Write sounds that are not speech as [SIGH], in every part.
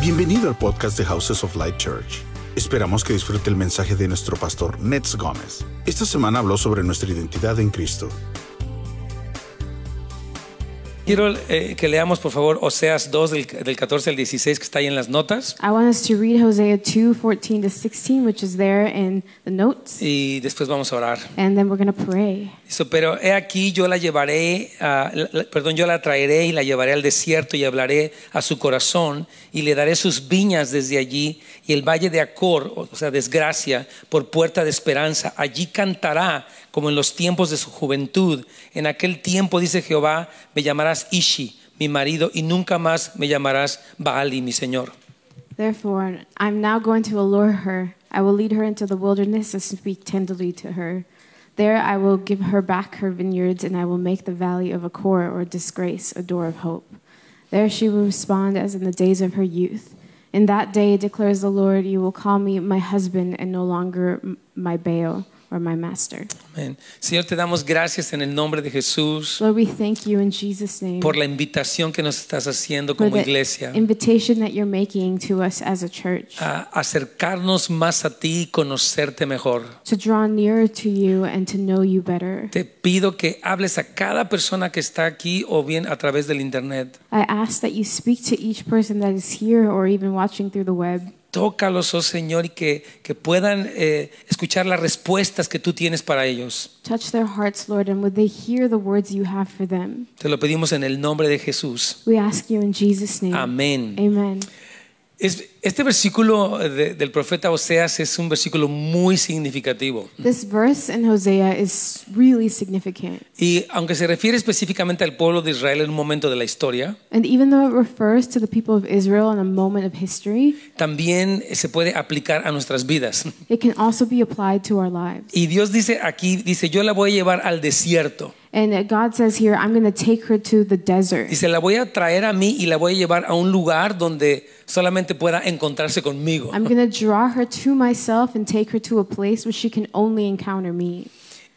Bienvenido al podcast de Houses of Light Church. Esperamos que disfrute el mensaje de nuestro pastor Nets Gómez. Esta semana habló sobre nuestra identidad en Cristo. Quiero eh, que leamos, por favor, Oseas 2 del, del 14 al 16 que está ahí en las notas. I want us to read Hosea 2 14 to 16, which is there in the notes, Y después vamos a orar. and then we're going to pray. Eso, pero he aquí yo la llevaré, a- la- la- perdón, yo la traeré y la llevaré al desierto y hablaré a su corazón y le daré sus viñas desde allí y el valle de Acor, o o sea, desgracia, por puerta de esperanza. Allí cantará como en los tiempos de su juventud. En aquel tiempo, dice Jehová, me llamarás Ishi, mi marido, y nunca más me llamarás Baali, mi señor. Therefore, I'm now going to allure her. I will lead her into the wilderness and speak tenderly to her. There I will give her back her vineyards, and I will make the valley of a core or disgrace a door of hope. There she will respond as in the days of her youth. In that day, declares the Lord, you will call me my husband and no longer m- my Baal or my master. Amén. Señor, te damos gracias en el nombre de Jesús Lord, we thank you in Jesus' name por la invitación que nos estás haciendo for como the iglesia. invitation that you're making to us as a church a acercarnos más a ti y conocerte mejor. to draw nearer to you and to know you better. Te pido que hables a cada persona que está aquí o bien a través del internet. I ask that you speak to each person that is here or even watching through the web. Tócalos, oh Señor, y que, que puedan eh, escuchar las respuestas que tú tienes para ellos. Touch their hearts, Lord, and would they hear the words you have for them? Te lo pedimos en el nombre de Jesús. We ask you in Jesus' name. Amén. Amen. Es- este versículo de- del profeta Oseas es un versículo muy significativo. This verse in Hosea is really significant. Y aunque se refiere específicamente al pueblo de Israel en un momento de la historia, And even though it refers to the people of Israel in a moment of history, también se puede aplicar a nuestras vidas. it can also be applied to our lives. Y Dios dice aquí, dice, yo la voy a llevar al desierto. And uh, God says here, I'm going to take her to the desert. Dice, la voy a traer a mí y la voy a llevar a un lugar donde solamente pueda encontrarse conmigo. I'm going to draw her to myself and take her to a place where she can only encounter me.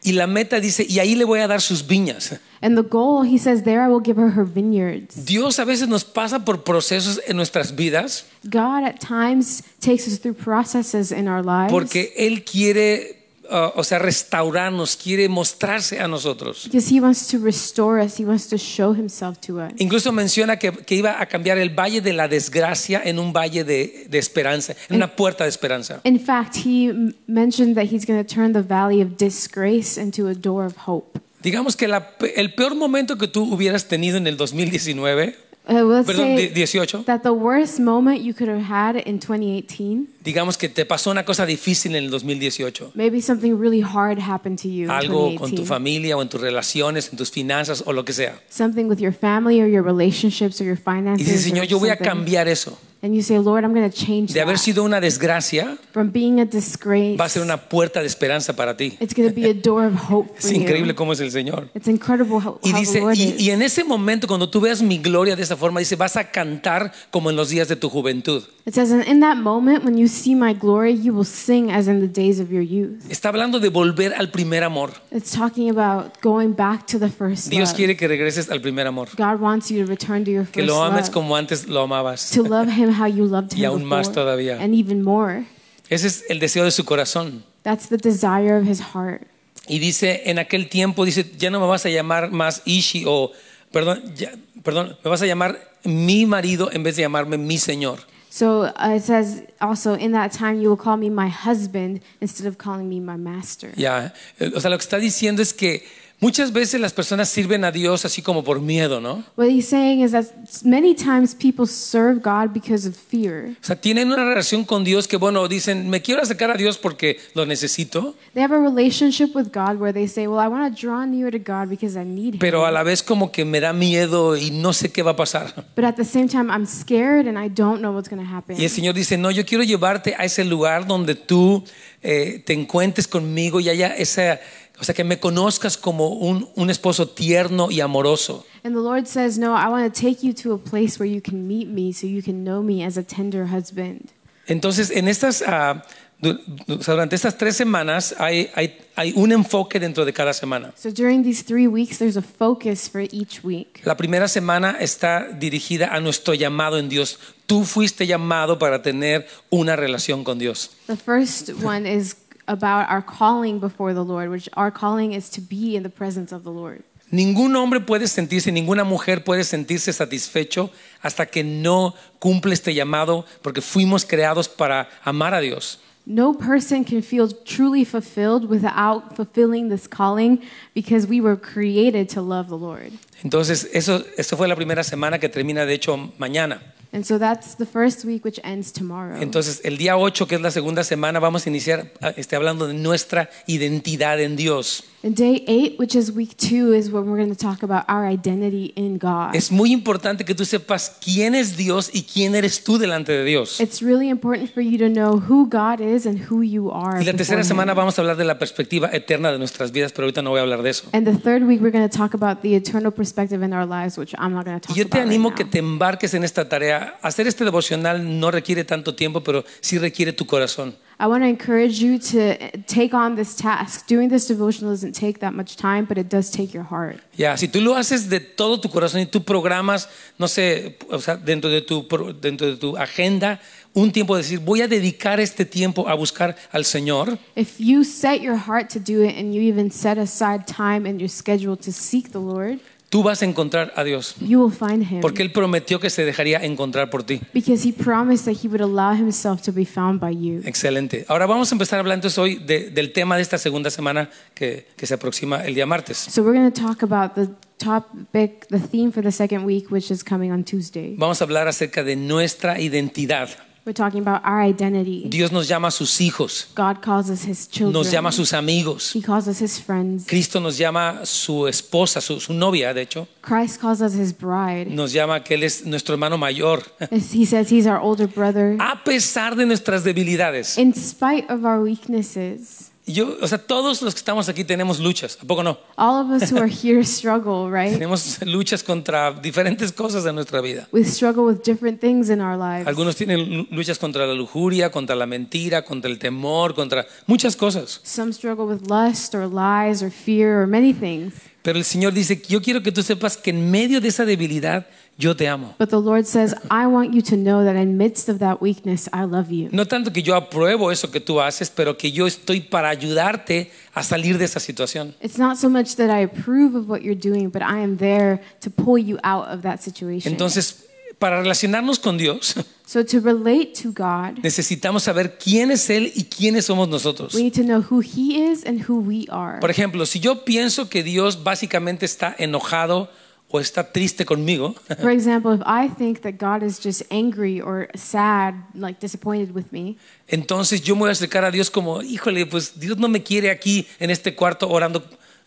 Y la meta dice, y ahí le voy a dar sus viñas. And the goal, he says, there I will give her her vineyards. Dios a veces nos pasa por procesos en nuestras vidas God at times takes us through processes in our lives porque Él quiere, uh, o sea, restaurarnos, quiere mostrarse a nosotros. because he wants to restore us, he wants to show himself to us. Incluso menciona que, que iba a cambiar el valle de la desgracia en un valle de, de esperanza, en una puerta de esperanza. In fact, he m- mentioned that he's going to turn the valley of disgrace into a door of hope. Digamos que la pe- el peor momento que tú hubieras tenido en el 2019, Uh, let's perdón, say die- 18, that the worst moment you could have had in 2018, digamos que te pasó una cosa difícil en el 2018, maybe something really hard happened to you in algo con tu 2018. familia o en tus relaciones, en tus finanzas o lo que sea. something with your family or your relationships or your Y finances. dice, or Señor, yo voy a something." cambiar eso. And you say, Lord, I'm going to change De haber that. sido una desgracia, From being a disgrace, va a ser una puerta de esperanza para ti. it's going to be a door of [LAUGHS] hope for Es increíble you. cómo es el Señor. It's incredible how, Y how the dice, Lord y, is. y en ese momento, cuando tú veas mi gloria de esa forma, dice, vas a cantar como en los días de tu juventud. It says, and in that moment when you see my glory, you will sing as in the days of your youth. Está hablando de volver al primer amor. It's talking about going back to the first Dios love. quiere que regreses al primer amor. God wants you to return to your first Que lo ames love. como antes lo amabas. Pues To love him how you loved [LAUGHS] Y him aún más before, todavía. and even more. Ese es el deseo de su corazón. That's the desire of his heart. Y dice, en aquel tiempo, dice, ya no me vas a llamar más Ishi o, perdón, ya- perdón, me vas a llamar mi marido en vez de llamarme mi señor. So uh, it says also, in that time you will call me my husband instead of calling me my master. Ya, eh, o sea, lo que está diciendo es que muchas veces las personas sirven a Dios así como por miedo, ¿no? O What he's saying is that many times people serve God because of fear. sea, tienen una relación con Dios que, bueno, dicen, me quiero acercar a Dios porque lo necesito, They have a relationship with God where they say, Well, I want to draw near to God because I need Him. pero a la vez como que me da miedo y no sé qué va a pasar. But at the same time, I'm scared and I don't know what's going to happen. Y el Señor dice, no, yo quiero llevarte a ese lugar donde tú eh, te encuentres conmigo y haya esa, o sea, que me conozcas como un, un esposo tierno y amoroso. And the Lord says, No, I want to take you to a place where you can meet me so you can know me as a tender husband. Entonces, en estas ah, Du- du- Durante estas tres semanas hay, hay- hay un enfoque dentro de cada semana. So during these three weeks, there's a focus for each week. La primera semana está dirigida a nuestro llamado en Dios. Tú fuiste llamado para tener una relación con Dios. The first one is about our calling before the Lord, which our calling is to be in the presence of the Lord. Ningún hombre puede sentirse, ninguna mujer puede sentirse satisfecho hasta que no cumple este llamado, porque fuimos creados para amar a Dios. No person can feel truly fulfilled without fulfilling this calling because we were created to love the Lord. Entonces, eso, eso fue la primera semana que termina, de hecho, mañana. And so that's the first week, which ends tomorrow. Entonces, el día 8, que es la segunda semana, vamos a iniciar ah, este, hablando de nuestra identidad en Dios. and day eight, which is week two, is when we're going to talk about our identity in God. Es muy importante que tú sepas quién es Dios y quién eres tú delante de Dios. It's really important for you to know who God is and who you are. Y la before tercera Him. semana vamos a hablar de la perspectiva eterna de nuestras vidas, pero ahorita no voy a hablar de eso. And the third week, we're going to talk about the eternal perspective in our lives, which I'm not going to Y talk yo about. te animo right que now. te embarques en esta tarea. Hacer este devocional no requiere tanto tiempo, pero sí requiere tu corazón. I want to encourage you to take on this task. Doing this devotional doesn't take that much time, but it does take your heart. Ya, si tú lo haces de todo tu corazón y tú programas, no sé, o sea, dentro de tu pro- dentro de tu agenda un tiempo de decir, voy a dedicar este tiempo a buscar al Señor, If you set your heart to do it and you even set aside time in your schedule to seek the Lord, tú vas a encontrar a Dios, you will find Him. porque él prometió que se dejaría encontrar por ti. Because He promised that He would allow Himself to be found by you. Excelente. Ahora vamos a empezar hablando entonces hoy de- del tema de esta segunda semana que, que se aproxima el día martes. So we're going to talk about the topic, the theme for the second week, which is coming on Tuesday. Vamos a hablar acerca de nuestra identidad. We're talking about our identity. Dios nos llama a sus hijos, God calls us His children. nos llama a sus amigos. He calls us His friends. Cristo nos llama su esposa, su, su novia, de hecho. Christ calls us His bride. Nos llama que Él es nuestro hermano mayor. As He says He's our older brother. A pesar de nuestras debilidades. In spite of our weaknesses, Yo, o sea, todos los que estamos aquí tenemos luchas. ¿A poco no? all of us who are [LAUGHS] here struggle, right? Tenemos luchas contra diferentes cosas de nuestra vida. We struggle with different things in our lives. Algunos tienen lu- luchas contra la lujuria, contra la mentira, contra el temor, contra muchas cosas. Some struggle with lust or lies or fear or many things. Pero el Señor dice, yo quiero que tú sepas que en medio de esa debilidad yo te amo. But the Lord says, I want you to know that in midst of that weakness, I love you. No tanto que yo apruebo eso que tú haces, pero que yo estoy para ayudarte a salir de esa situación. It's not so much that I approve of what you're doing, but I am there to pull you out of that situation. Entonces, para relacionarnos con Dios, [LAUGHS] so to relate to God, necesitamos saber quién es Él y quiénes somos nosotros. we need to know who He is and who we are. Por ejemplo, si yo pienso que Dios básicamente está enojado o está triste conmigo, For example, if I think that God is just angry or sad, like disappointed with me, entonces yo me voy a acercar a Dios como, híjole, pues Dios no me quiere aquí en este cuarto orando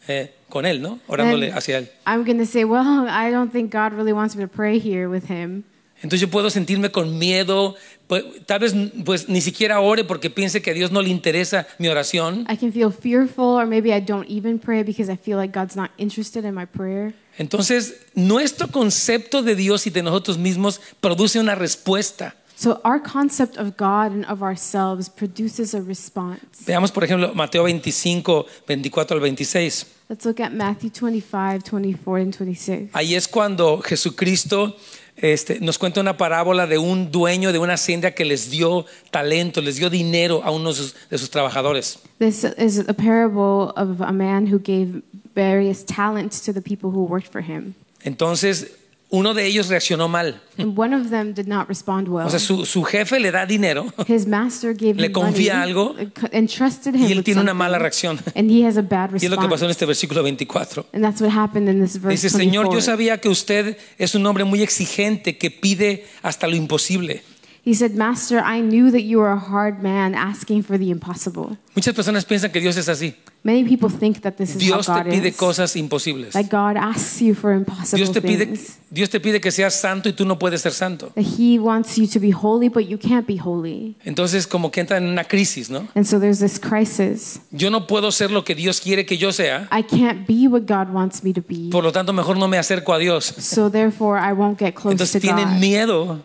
eh, con Él, ¿no? Orándole then hacia Él. I'm going to say, well, I don't think God really wants me to pray here with Him. Entonces yo puedo sentirme con miedo, pues, tal vez pues ni siquiera ore porque piense que a Dios no le interesa mi oración. I can feel fearful, or maybe I don't even pray because I feel like God's not interested in my prayer. Entonces nuestro concepto de Dios y de nosotros mismos produce una respuesta. So our concept of God and of ourselves produces a response. Veamos por ejemplo Mateo 25, 24 al 26. Let's look at Matthew 25, 24, and 26. Ahí es cuando Jesucristo este, nos cuenta una parábola de un dueño de una hacienda que les dio talento, les dio dinero a uno de sus, de sus trabajadores. This is a parable of a man who gave various talents to the people who worked for him. Entonces, uno de ellos reaccionó mal. And one of them did not respond well. O sea, su, su jefe le da dinero His master gave Le him confía money, uh, algo, entrusted him y él with tiene una something, mala reacción. [LAUGHS] and he has a bad Y es lo que pasó en response. este versículo 24. And that's what happened in this verse Dice, Señor, yo 24. sabía que usted es un hombre muy exigente que pide hasta lo imposible. He said, Master, I knew that you were a hard man asking for the impossible. Muchas personas piensan que Dios es así. Many people think that this is Dios how te God pide is. cosas imposibles. That God asks you for impossible Dios te, pide, things. Dios te pide que seas santo y tú no puedes ser santo. That He wants you to be holy, but you can't be holy. Entonces como que entra en una crisis, ¿no? And so there's this crisis. Yo no puedo ser lo que Dios quiere que yo sea, I can't be what God wants me to be. por lo tanto mejor no me acerco a Dios. So therefore, I won't get close to Entonces tienen God. miedo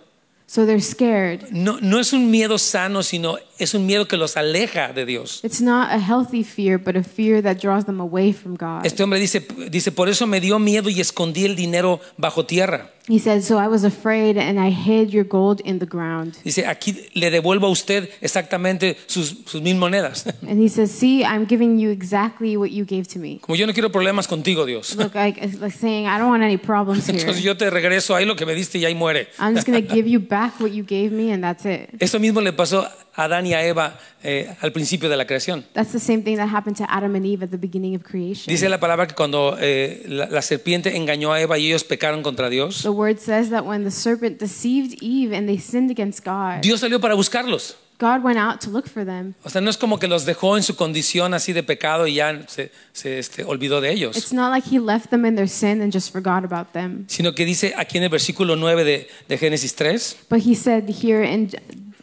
So they're scared. No, no es un miedo sano, sino es un miedo que los aleja de Dios. It's not a healthy fear, but a fear that draws them away from God. Este hombre dice, dice, por eso me dio miedo y escondí el dinero bajo tierra. He said, So I was afraid and I hid your gold in the ground. Dice, aquí le devuelvo a usted exactamente sus, sus mil monedas. [LAUGHS] And he says, See, I'm giving you exactly what you gave to me. Como yo no quiero problemas contigo, Dios. Look, like, it's like saying, I don't want any problems Entonces here. yo te regreso ahí lo que me diste y ahí muere. I'm just going to give you back what you gave me, and that's it. Eso mismo le pasó a Adán y a Eva eh, al principio de la creación. That's the same thing that happened to Adam and Eve at the beginning of creation. Dice la palabra que cuando eh, la, la serpiente engañó a Eva y ellos pecaron contra Dios, The word says that when the serpent deceived Eve and they sinned against God, Dios salió para buscarlos. God went out to look for them. O sea, no es como que los dejó en su condición así de pecado y ya se, se, este, olvidó de ellos. It's not like he left them in their sin and just forgot about them. Sino que dice aquí en el versículo 9 de, de Génesis 3, But he said here in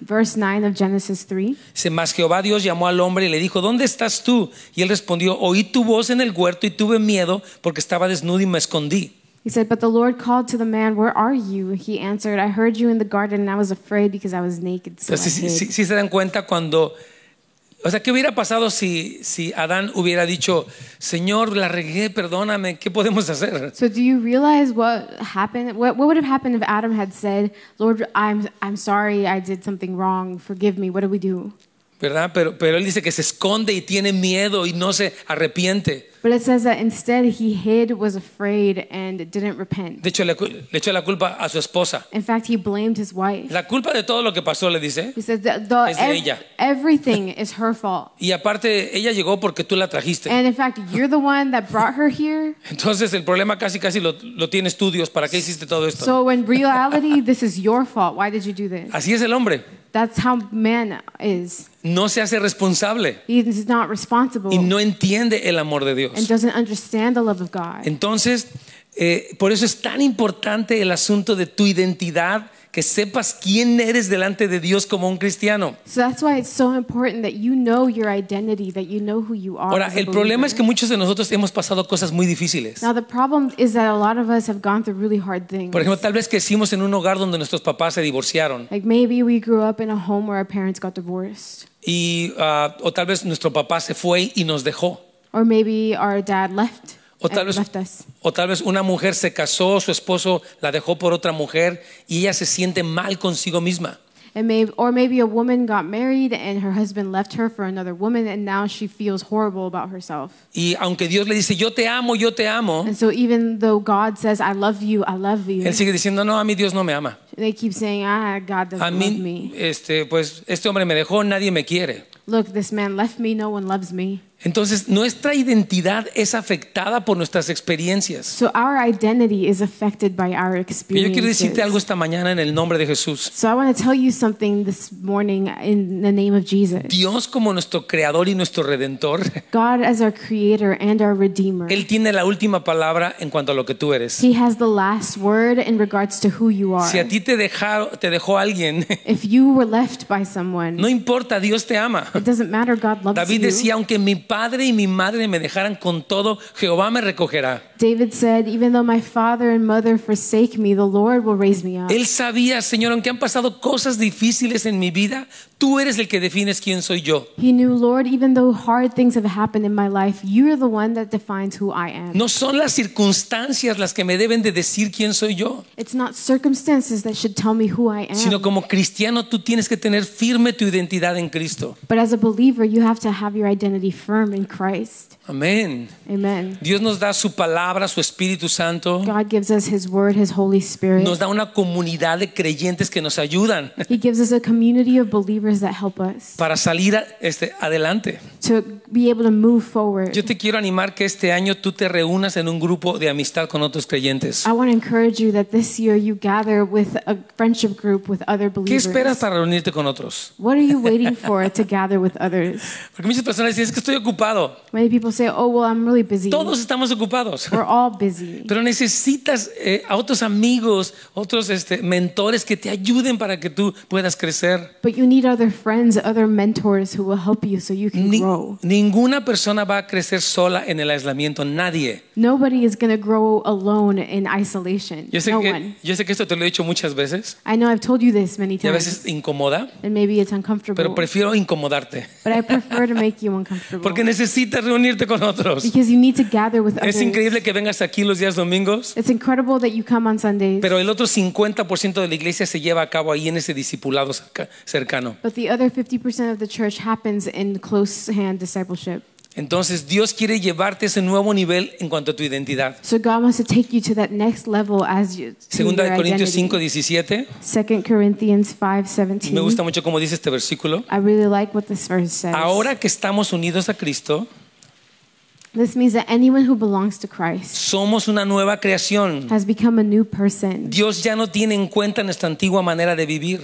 verse 9 of Genesis 3 dice, mas Jehová Dios llamó al hombre y le dijo, ¿dónde estás tú? Y él respondió, oí tu voz en el huerto y tuve miedo porque estaba desnudo y me escondí. He said, But the Lord called to the man, Where are you? He answered, I heard you in the garden, and I was afraid because I was naked. So I Entonces, si, hid. se dan cuenta cuando... O sea, ¿qué hubiera pasado si, si Adán hubiera dicho, Señor, la regué, perdóname, ¿qué podemos hacer? So, do you realize what happened? What, what would have happened if Adam had said, Lord, I'm, I'm sorry, I did something wrong, forgive me, what do we do? ¿Verdad? Pero, pero él dice que se esconde y tiene miedo y no se arrepiente. But it says that instead he hid, was afraid, and didn't repent. De hecho, le, cu- le echó la culpa a su esposa. In fact, he blamed his wife. La culpa de todo lo que pasó, le dice. He said, the, the, Es de ella. Everything is her fault. [LAUGHS] Y aparte, ella llegó porque tú la trajiste. And in fact, you're the one that brought her here. Entonces, el problema casi, casi lo, lo tienes tú, Dios. ¿Para qué hiciste todo esto? So, in [LAUGHS] reality, this is your fault. Why did you do this? Así es el hombre. That's how man is. No se hace responsable He's not responsible y no entiende el amor de and Dios. doesn't understand the love of God. Entonces, eh, por eso es tan importante el asunto de tu identidad, que sepas quién eres delante de Dios como un cristiano. So that's why it's so important that you know your identity, that you know who you are. Ahora, as a el problema es que believer. muchos de nosotros hemos pasado cosas muy difíciles. now the problem is that a lot of us have gone through really hard things. Por ejemplo, tal vez crecimos en un hogar donde nuestros papás se divorciaron like maybe we grew up in a home where our parents got divorced, y ah, o tal vez nuestro papá se fue y nos dejó. or maybe our dad left O tal, and vez, left us. o tal vez una mujer se casó, su esposo la dejó por otra mujer y ella se siente mal consigo misma. And maybe, or maybe a woman got married and her husband left her for another woman, and now she feels horrible about herself. Y aunque Dios le dice, yo te amo, yo te amo, And so, even though God says, "I love you, I love you," él sigue diciendo, no, a mí Dios no me ama. they keep saying, "Ah, God doesn't A love mí, me. este, pues este hombre me dejó, nadie me quiere. Look, this man left me. No one loves me." Entonces, nuestra identidad es afectada por nuestras experiencias. So our identity is affected by our Y yo quiero experiences. decirte algo esta mañana en el nombre de Jesús. So I want to tell you something this morning in the name of Jesus. Dios como nuestro creador y nuestro [LAUGHS] redentor, God as our creator and our redeemer. Él tiene la última palabra en cuanto a lo que tú eres. He has the last word in regards to who you are. Si a ti te, deja- te dejó alguien, [LAUGHS] If you were left by someone, no importa, Dios te ama. it doesn't matter. God loves David you. decía, aunque mi padre y mi madre me dejaran con todo, Jehová me recogerá. David said, "Even though my father and mother forsake me, the Lord will raise me up." Él sabía, Señor, aunque han pasado cosas difíciles en mi vida, tú eres el que defines quién soy yo. He knew, Lord, even though hard things have happened in my life, you are the one that defines who I am. No son las circunstancias las que me deben de decir quién soy yo, It's not circumstances that should tell me who I am. sino como cristiano tú tienes que tener firme tu identidad en Cristo. But as a believer, you have to have your identity firm in Christ. Amén. Amen. Dios nos da su palabra, su Espíritu Santo, God gives us His Word, His Holy Spirit. nos da una comunidad de creyentes que nos ayudan He gives us a community of believers that help us para salir a- este, adelante. to be able to move Yo forward. te quiero animar que este año tú te reúnas en un grupo de amistad con otros creyentes. I want to encourage you that this year you gather with a friendship group with other ¿Qué esperas believers. para reunirte con otros? What are you waiting for to gather with others? Porque muchas personas dicen, es que estoy ocupado. Many people say, "Oh, well, I'm really busy." Todos estamos ocupados. We're all busy. Pero necesitas eh, a otros amigos, otros este, mentores que te ayuden para que tú puedas crecer. But you need other friends, other mentors who will help you so you can Ni- grow. ninguna persona va a crecer sola en el aislamiento, nadie. Nobody is going to grow alone in isolation. Yo sé, no que, one. yo sé que esto te lo he dicho muchas veces I know I've told you this many y a times, veces incomoda, and maybe it's uncomfortable. pero prefiero incomodarte but I prefer to make you uncomfortable porque necesitas reunirte con otros. because you need to gather with others. Es increíble que vengas aquí los días domingos, It's incredible that you come on Sundays, pero el otro 50% de la iglesia se lleva a cabo ahí en ese discipulado cerca- cercano. but the other 50% of the church happens in close hand discipleship. Entonces Dios quiere llevarte a ese nuevo nivel en cuanto a tu identidad. So God wants to take you to that next level as you. to Segunda de your Corintios identity. 5, 17. 2 Corinthians five Me gusta seventeen. mucho cómo dice este versículo. I really like what this verse says. Ahora que estamos unidos a Cristo, this means that anyone who belongs to Christ somos una nueva creación. has become a new person. Dios ya no tiene en cuenta nuestra antigua manera de vivir,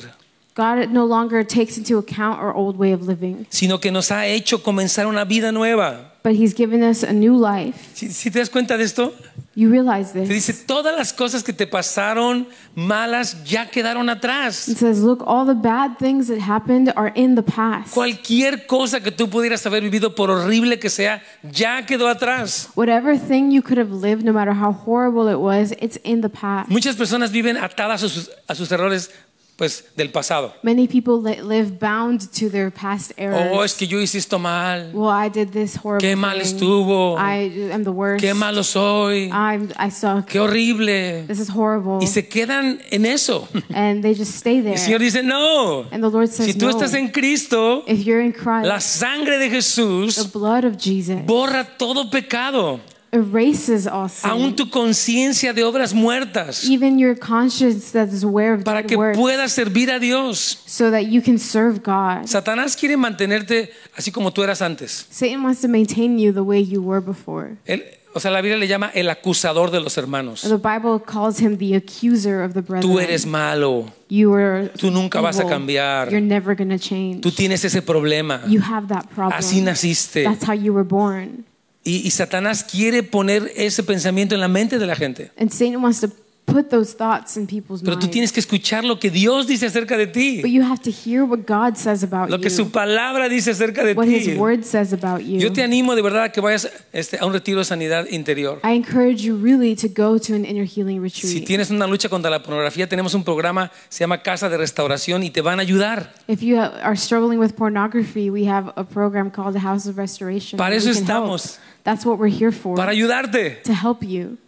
God no longer takes into account our old way of living, sino que nos ha hecho comenzar una vida nueva. but He's given us a new life. Si, si te das cuenta de esto, You realize te this. dice, todas las cosas que te pasaron malas ya quedaron atrás. It says, Look, all the bad things that happened are in the past. Cualquier cosa que tú pudieras haber vivido, por horrible que sea, ya quedó atrás. Whatever thing you could have lived, no matter how horrible it was, it's in the past. Muchas personas viven atadas a sus, a sus errores pues, del pasado. Many people li- live bound to their past Oh, errors. es que yo hice esto mal. Well, I did this horrible Qué mal thing. estuvo. I am the worst. Qué malo soy. I'm, I suck. Qué horrible. This is horrible. Y se quedan en eso. And they just stay there. El Señor dice, no. and the Lord says, Si tú no. Eh. estás en Cristo, if you're in Christ, la sangre de the Jesús blood of Jesus borra todo pecado. erases all sin, Aún tu conciencia de obras muertas. even your conscience that is aware of Para dead que works, puedas servir a Dios. so that you can serve God. Satanás quiere mantenerte así como tú eras antes. Satan wants to maintain you the way you were before. Él- o sea, la Biblia le llama el acusador de los hermanos. The Bible calls him the accuser of the brethren. Tú eres malo. you are Tú nunca vas a evil. cambiar. You're never going to change. Tú tienes ese problema. you have that problem. Así naciste. That's how you were born. Y, y Satanás quiere poner ese pensamiento en la mente de la gente. And Satan wants to put those thoughts in people's Pero tú minds. tienes que escuchar lo que Dios dice acerca de But ti. you have to hear what God says about Lo que you, su palabra dice acerca de what ti. His Word says about you. Yo te animo de verdad a que vayas este, a un retiro de sanidad interior. I encourage you really to go to an inner healing retreat. Si tienes una lucha contra la pornografía, tenemos un programa, se llama Casa de Restauración y te van a ayudar. if you ha- are struggling with pornography, we have a program called the House of Restoration. Para that we eso can help. estamos. That's what we're here for, Para ayudarte. to help you.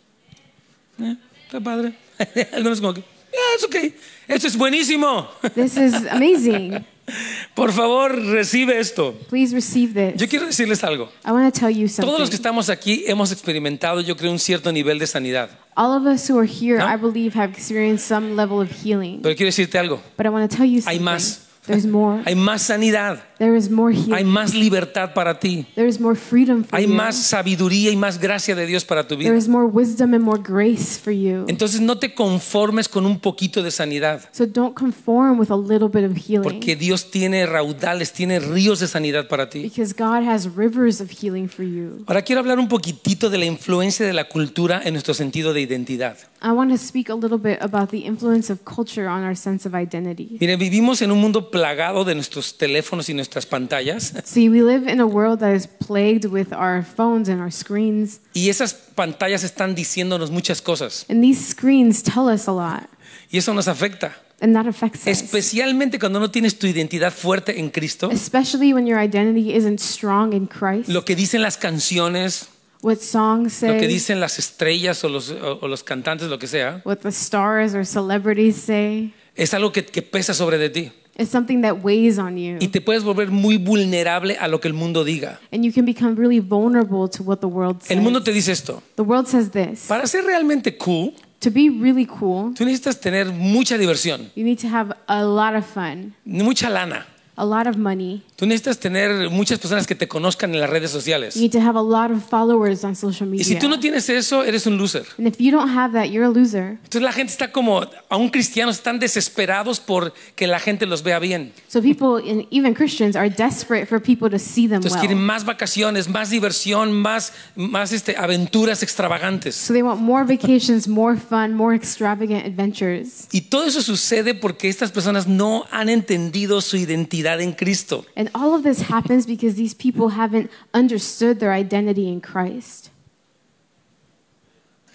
Eh, Está padre. [LAUGHS] Algunos como que, "Ah, it's okay. Esto es buenísimo. [LAUGHS] This is amazing. [LAUGHS] Por favor, recibe esto. Please receive this. Yo quiero decirles algo. I want to tell you Todos los que something. estamos aquí hemos experimentado, yo creo, un cierto nivel de sanidad. All of us who are here, ¿No? I believe, have experienced some level of healing. Pero quiero decirte algo. but I want to tell you Hay something. más. There's more. Hay más sanidad. there is more Hay healing. más libertad para ti. There is more freedom for Hay you. más sabiduría y más gracia de Dios para tu There vida. is more wisdom and more grace for you. Entonces no te conformes con un poquito de sanidad. So don't conform with a little bit of healing. Porque Dios tiene raudales, tiene ríos de sanidad para ti. Because God has rivers of healing for you. Ahora quiero hablar un poquitito de la influencia de la cultura en nuestro sentido de identidad. I want to speak a little bit about the influence of culture on our sense of identity. Mire, vivimos en un mundo plagado de nuestros teléfonos y nuestras pantallas. See, we live in a world that is plagued with our phones and our screens, Y esas pantallas están diciéndonos muchas cosas. and these screens tell us a lot, Y eso nos afecta. and that affects us. Especialmente cuando no tienes tu identidad fuerte en Cristo. Especially when your identity isn't strong in Christ. Lo que dicen las canciones, What songs lo que say, dicen las estrellas o los, o- o los cantantes, lo que sea, what the stars or celebrities say, es algo que, que pesa sobre de ti. is something that weighs on you. Y te puedes volver muy vulnerable a lo que el mundo diga. And you can become really vulnerable to what the world says. El mundo te dice esto. The world says this Para ser realmente cool, To be really cool, tú necesitas tener mucha diversión, you need to have a lot of fun, mucha lana, a lot of money. Tú necesitas tener muchas personas que te conozcan en las redes sociales. You need to have a lot of followers on social Y si media. tú no tienes eso, eres un loser. and if you don't have that, you're a loser. Entonces la gente está como, aún cristianos están desesperados por que la gente los vea bien. So people, and even Christians, are desperate for people to see them Entonces quieren well. más vacaciones, más diversión, más, más este, aventuras extravagantes. So they want more vacations, more fun, more extravagant adventures. Y todo eso sucede porque estas personas no han entendido su identidad en Cristo. And all of this happens because these people haven't understood their identity in Christ.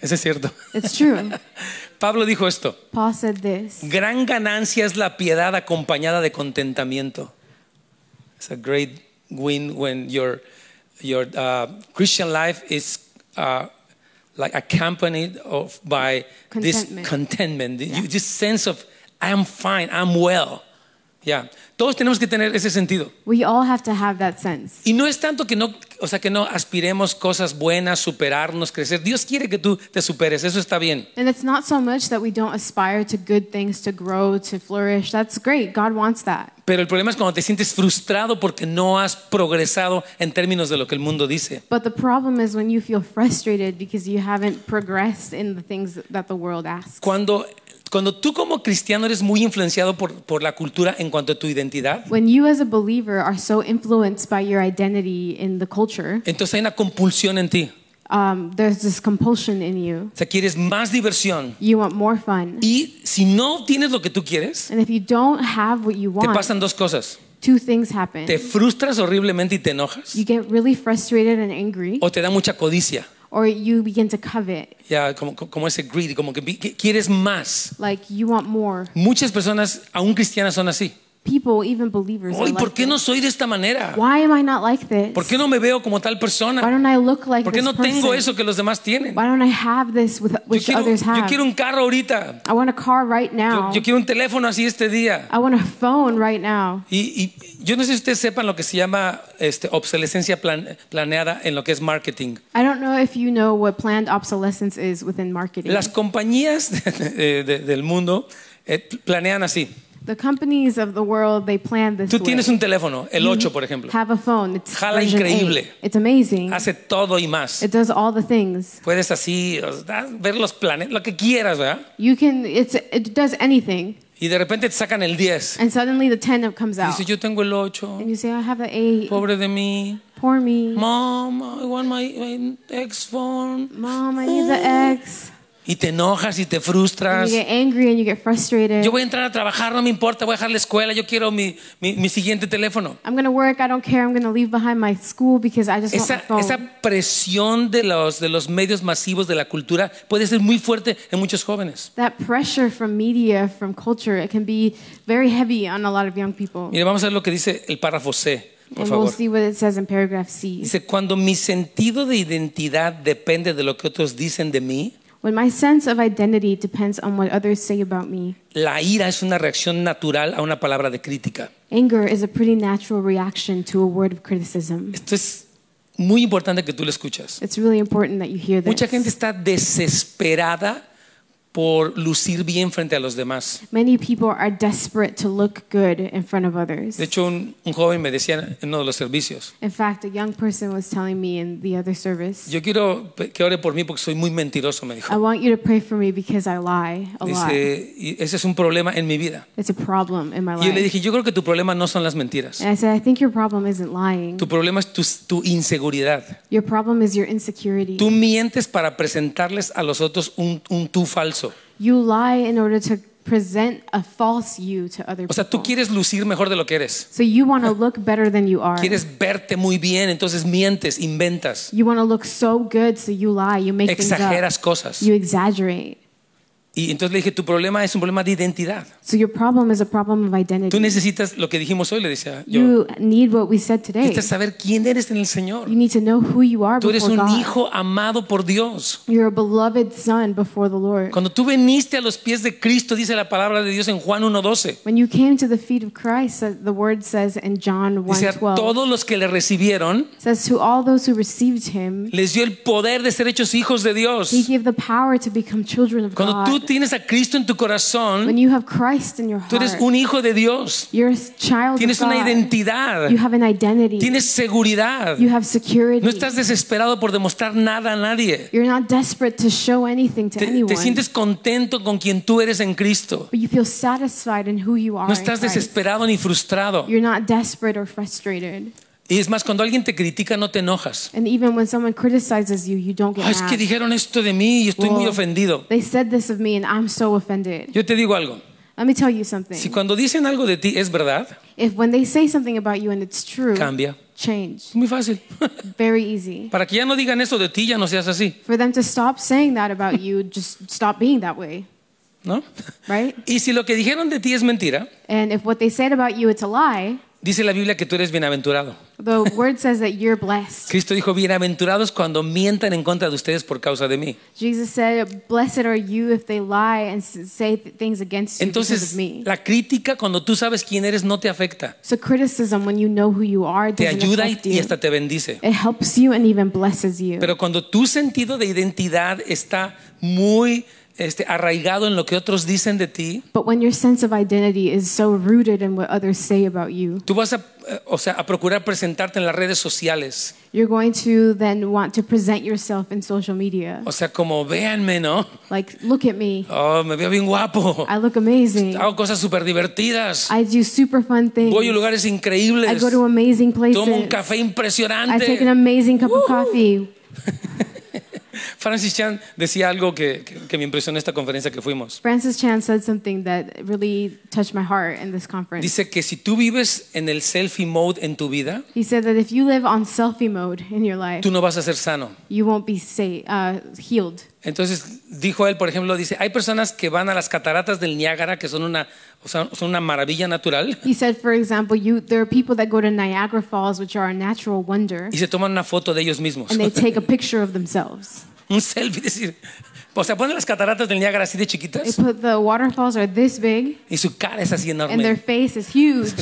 Eso es cierto. It's [LAUGHS] true. Pablo dijo esto, Paul said this gran ganancia es la piedad acompañada de contentamiento. It's a great win when your, your uh, Christian life is uh, like accompanied of, by this Contentment. contentment, th- you- Yeah. this sense of I'm fine, I'm well. Yeah. Todos tenemos que tener ese sentido. We all have to have that sense. Y no es tanto que no, o sea, que no aspiremos cosas buenas, superarnos, crecer. Dios quiere que tú te superes, eso está bien. And it's not so much that we don't aspire to good things, to grow, to flourish. That's great. God wants that. Pero el problema es cuando te sientes frustrado porque no has progresado en términos de lo que el mundo dice. But the problem is when you feel frustrated because you haven't progressed in the things that the world asks. Cuando, cuando tú como cristiano eres muy influenciado por, por la cultura en cuanto a tu identidad, When you, as a believer, are so influenced by your identity in the culture, entonces hay una compulsión en ti. um, there's this compulsion in you. O sea, quieres más diversión. You want more fun. Y si no obtienes lo que tú quieres, And if you don't have what you te want, pasan dos cosas. two things happen. Te frustras horriblemente y te enojas. You get really frustrated and angry, O te da mucha codicia. or you begin to covet. Ya, como, como ese greed, como que vi- que quieres más. Like, you want more. Muchas personas, aún cristianas, son así. People, even believers, are Hoy, ¿por like qué no this. soy de esta manera? Why am I not like this? ¿Por qué no me veo como tal persona? Why don't I look like ¿Por qué this no person? tengo eso que los demás tienen? Why don't I have this with, Yo which quiero, others yo have? quiero un carro ahorita. I want a car right now. Yo, yo quiero un teléfono así este día. I want a phone right now. Y, y yo no sé si ustedes sepan lo que se llama este, obsolescencia plan- planeada en lo que es marketing. I don't know if you know what planned obsolescence is within marketing. Las compañías [LAUGHS] eh, de- del mundo eh, planean así. the companies of the world, they plan this Tú way. tienes un teléfono, el You 8 por ejemplo. Have a phone. It's Jala version increíble. eight. It's amazing. Hace todo y más. It does all the things. Puedes así o sea, ver los planetas, lo que quieras, ¿verdad? You can. It's it does anything. Y de repente te sacan el 10. And suddenly the ten comes Y out. dices, yo tengo el 8. and you say, I have an eight. Pobre de mí. Poor me. Mom, I want my, my ex phone. Mom, I need the X. Y te enojas y te And frustras. you get angry and you get frustrated. Yo voy a entrar a trabajar, no me importa, voy a dejar la escuela, yo quiero mi, mi, mi siguiente teléfono. I'm gonna work. I don't care. I'm gonna leave behind my school because I just Esa, want my phone. esa presión de los, de los medios masivos de la cultura puede ser muy fuerte en muchos jóvenes. That pressure from media, from culture, it can be very heavy on a lot of young people. Mira, vamos a ver lo que dice el párrafo C, por and we'll favor. see what it says in paragraph C. Dice, cuando mi sentido de identidad depende de lo que otros dicen de mí, When my sense of identity depends on what others say about me, la ira es una reacción natural a una palabra de crítica. anger is a pretty natural reaction to a word of criticism. Esto es muy importante que tú lo escuchas. It's really important that you hear Mucha gente this. está desesperada por lucir bien frente a los demás. Many people are desperate to look good in front of others. De hecho, un, un joven me decía en uno de los servicios, In fact, a young person was telling me in the other service, yo quiero pe- que ore por mí porque soy muy mentiroso, me dijo. I want you to pray for me because I lie a lot. Dice, "Y ese es un problema en mi vida. It's a problem in my Y yo le life. dije, yo creo que tu problema no son las mentiras. And I said, I think your problem isn't lying. Tu problema es tu, tu inseguridad. Your problem is your insecurity. Tú mientes para presentarles a los otros un, un tú falso. You lie in order to present a false you to other O sea, tú people. quieres lucir mejor de lo que eres. So you want to look better than you are. Quieres verte muy bien, entonces mientes, inventas, You want to look so good, so you lie. You make exageras things up. cosas. You exaggerate. Y entonces le dije, tu problema es un problema de identidad. So your problem is a problem of Tú identity. necesitas lo que dijimos hoy, le decía yo. You need what we said today. Necesitas saber quién eres en el Señor. You need to know who you are Tú eres before un God. hijo amado por Dios. You're a beloved son before the Lord. Cuando tú veniste a los pies de Cristo, dice la palabra de Dios en Juan 1.12. When you came to the feet of Christ, uh, the word says in John Dice, a 1:12, todos los que le recibieron, says to all those who received him, les dio el poder de ser hechos hijos de Dios. he gave the power to become children of Cuando tú God. tienes a Cristo en tu corazón, When you have Christ in your tú eres heart, un hijo de Dios. you're a child of Tienes una God. identidad. You have an identity. Tienes seguridad. You have security. No estás desesperado por demostrar nada a nadie. You're not desperate to show anything to Te, te anyone. sientes contento con quien tú eres en Cristo. But you feel satisfied in who you are. No in estás Christ. desesperado ni frustrado. You're not desperate or frustrated. Y es más, cuando alguien te critica no te enojas. And even when someone criticizes you, you don't get "Ah, es que mad. dijeron esto de mí y estoy muy Well, ofendido. They said this of me and I'm so offended. Yo te digo algo. Let me tell you Si something. cuando dicen algo de ti es verdad, If when they say something about you and it's true, cambia. change. Es muy fácil. [LAUGHS] Very easy. Para que ya no digan eso de ti, ya no seas así, For them to stop saying that [LAUGHS] about you, just stop being that way, ¿no? [LAUGHS] right? Y si lo que dijeron de ti es mentira, And if what they said about you it's a lie, dice la Biblia que tú eres bienaventurado. [LAUGHS] the word says that you're blessed. Cristo dijo, bienaventurados cuando mientan en contra de ustedes por causa de mí. Jesus said, "Blessed are you if they lie and s- say th- things against you because Entonces, of me." la crítica cuando tú sabes quién eres no te afecta. So criticism, when you know who you are, Te doesn't ayuda y, affect y you. hasta te bendice. It helps you and even blesses you. Pero cuando tu sentido de identidad está muy este, arraigado en lo que otros dicen de ti, But when your sense of identity is so rooted in what others say about you, tú vas a, eh, o sea, a procurar presentarte en las redes sociales. you're going to then want to present yourself in social media. O sea, como véanme, ¿no? Like, look at me. Oh, me veo bien guapo. I look amazing. Hago cosas súper divertidas. I do super fun things. Voy a lugares I increíbles. go to amazing Tomo un places. café I take an impresionante. amazing cup of coffee. Francis Chan decía algo que, que- que me impresionó esta conferencia que fuimos. Francis Chan said something that really touched my heart in this conference. Dice que si tú vives en el selfie mode en tu vida, he said that if you live on selfie mode in your life, tú no vas a ser sano. you won't be sa- uh, healed. Entonces dijo él, por ejemplo, dice, hay personas que van a las cataratas del Niágara, que son una, o sea, son una maravilla natural, He said, for example, you, there are people that go to Niagara Falls, which are a natural wonder, y se toman una foto de ellos mismos. and they take a picture of themselves. [LAUGHS] Un selfie, es decir, o sea, ponen las cataratas del Niágara así de They chiquitas put the waterfalls are this big, y su cara es así and their enorme. face [LAUGHS] is huge.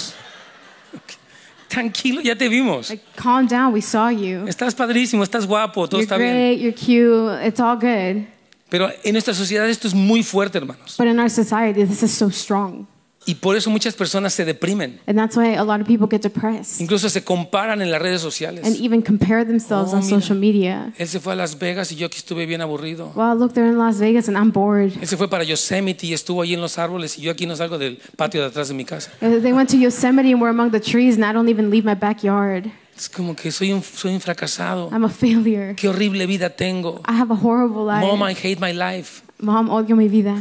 Tranquilo, ya te vimos. Like, calm down, we saw you. Estás padrísimo, estás guapo, todo You're está bien. great, you're cute, it's all good. Pero en nuestra sociedad esto es muy fuerte, hermanos. But in our society, this is so strong. Y por eso muchas personas se deprimen. And that's why a lot of people get depressed Incluso se comparan en las redes and sociales. even compare themselves Oh, on mira. social media. Él se fue a Las Vegas y yo aquí estuve bien aburrido. Well, look, they're in Las Vegas and I'm bored. Él se fue para Yosemite y estuvo allí en los árboles y yo aquí no salgo del patio de atrás de mi casa. Uh, They went to Yosemite and were among the trees, and I don't even leave my backyard. Es como que soy un, soy un fracasado. I'm a [LAUGHS] failure. Qué horrible vida tengo. I have a horrible life. Mom, I hate my life. Mom, odio mi vida.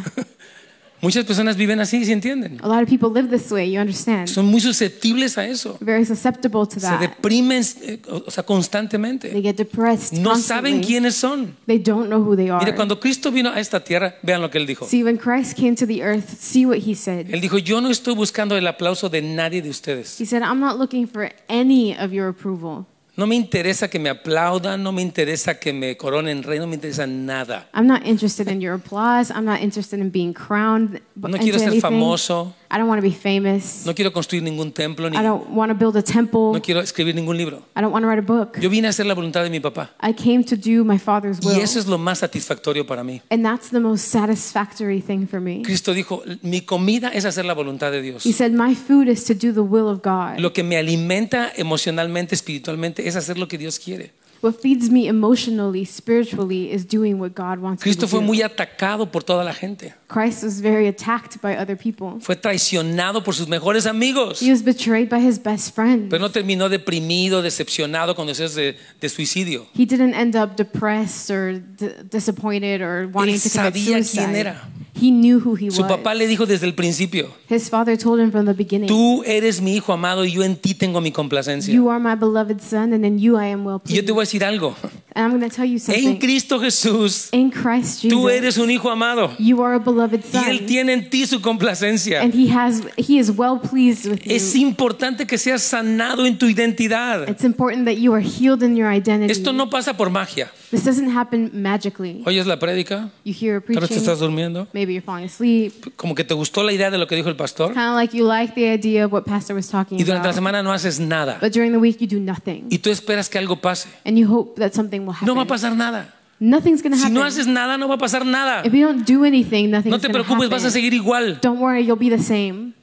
Muchas personas viven así, ¿sí entienden? A lot of people live this way, you understand? Son muy susceptibles a eso. Very susceptible to Se that. deprimen, eh, o o sea, They constantemente. get depressed No saben constantly. quiénes son. They don't know who they are. Mire, cuando Cristo vino a esta tierra, vean lo que él dijo. See, when Christ came to the earth, see what he said. Él dijo, yo no estoy buscando el aplauso de nadie de ustedes. He said, I'm not looking for any of your approval. No me interesa que me aplaudan, no me interesa que me coronen rey, no me interesa nada. I'm not interested in your applause. I'm not interested in being crowned. b- No into quiero ser anything. famoso. I don't want to be famous. No quiero construir ningún templo, ni, I don't want to build a temple. no quiero escribir ningún libro. I don't want to write a book. Yo vine a hacer la voluntad de mi papá. I came to do my Father's will. Y eso es lo más satisfactorio para mí. And that's the most satisfactory thing for me. Cristo dijo, mi comida es hacer la voluntad de Dios. He said, My food is to do the will of God. Lo que me alimenta emocionalmente, espiritualmente, es hacer lo que Dios quiere. What feeds me emotionally, spiritually, is doing what God wants me to Cristo fue do. muy atacado por toda la gente. Christ was very attacked by other people. Fue traicionado por sus mejores amigos. He was betrayed by his best friend. Pero no terminó deprimido, decepcionado con deseos de, de suicidio. He didn't end up depressed or d- disappointed or wanting Él to commit sabía quién suicide. era. He knew who he Su was. papá le dijo desde el principio, His father told him from the beginning, tú eres mi hijo amado y yo en ti tengo mi complacencia. You are my beloved son, and in you I am well Y yo pleased. te voy a decir algo, and I'm going to tell you en something. Cristo Jesús, in Christ Jesus, tú eres un hijo amado you are a beloved y son, Él tiene en ti su complacencia. and he has he is well pleased with Es you. importante que seas sanado en tu identidad. It's important that you are healed in your identity. Esto no pasa por magia. this doesn't happen magically. Oyes la prédica, You hear a ahora te preaching, estás durmiendo. maybe you're falling asleep, Como que te gustó la idea de lo que dijo el pastor kind of like you like the idea of what pastor was talking y durante la about, semana no haces nada but during the week you do nothing. y tú esperas que algo pase. and you hope that something will happen. No va a pasar nada. Nothing's going to Si happen. no haces nada, no va a pasar nada. if you don't do anything, nothing's No te going to preocupes, happen. vas a seguir igual. Don't worry, you'll be the same.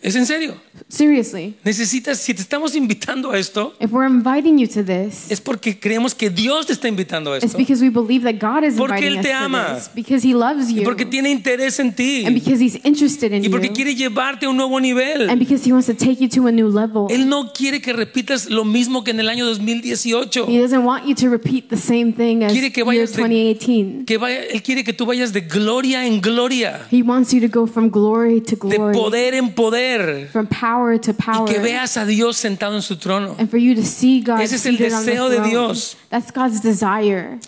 Es en serio. Seriously. Necesitas, si te estamos invitando a esto, If we're inviting you to this, es porque creemos que Dios te está invitando a it's esto. because we believe that God is Porque inviting Él us te to ama. this. Because He loves Y you. porque tiene interés en ti. and because He's interested in Y porque you. quiere llevarte a un nuevo nivel. and because He wants to take you to a new level. Él no quiere que repitas lo mismo que en el año 2018. He doesn't want you to repeat the same thing as Quiere que year vayas de- 2018. Que vaya- él quiere que tú vayas de gloria en gloria, He wants you to go from glory de to glory, poder en poder, from power to power, y que veas a Dios sentado en su trono. and for you to see God Ese es el seated on the deseo de throne. Dios. That's God's desire.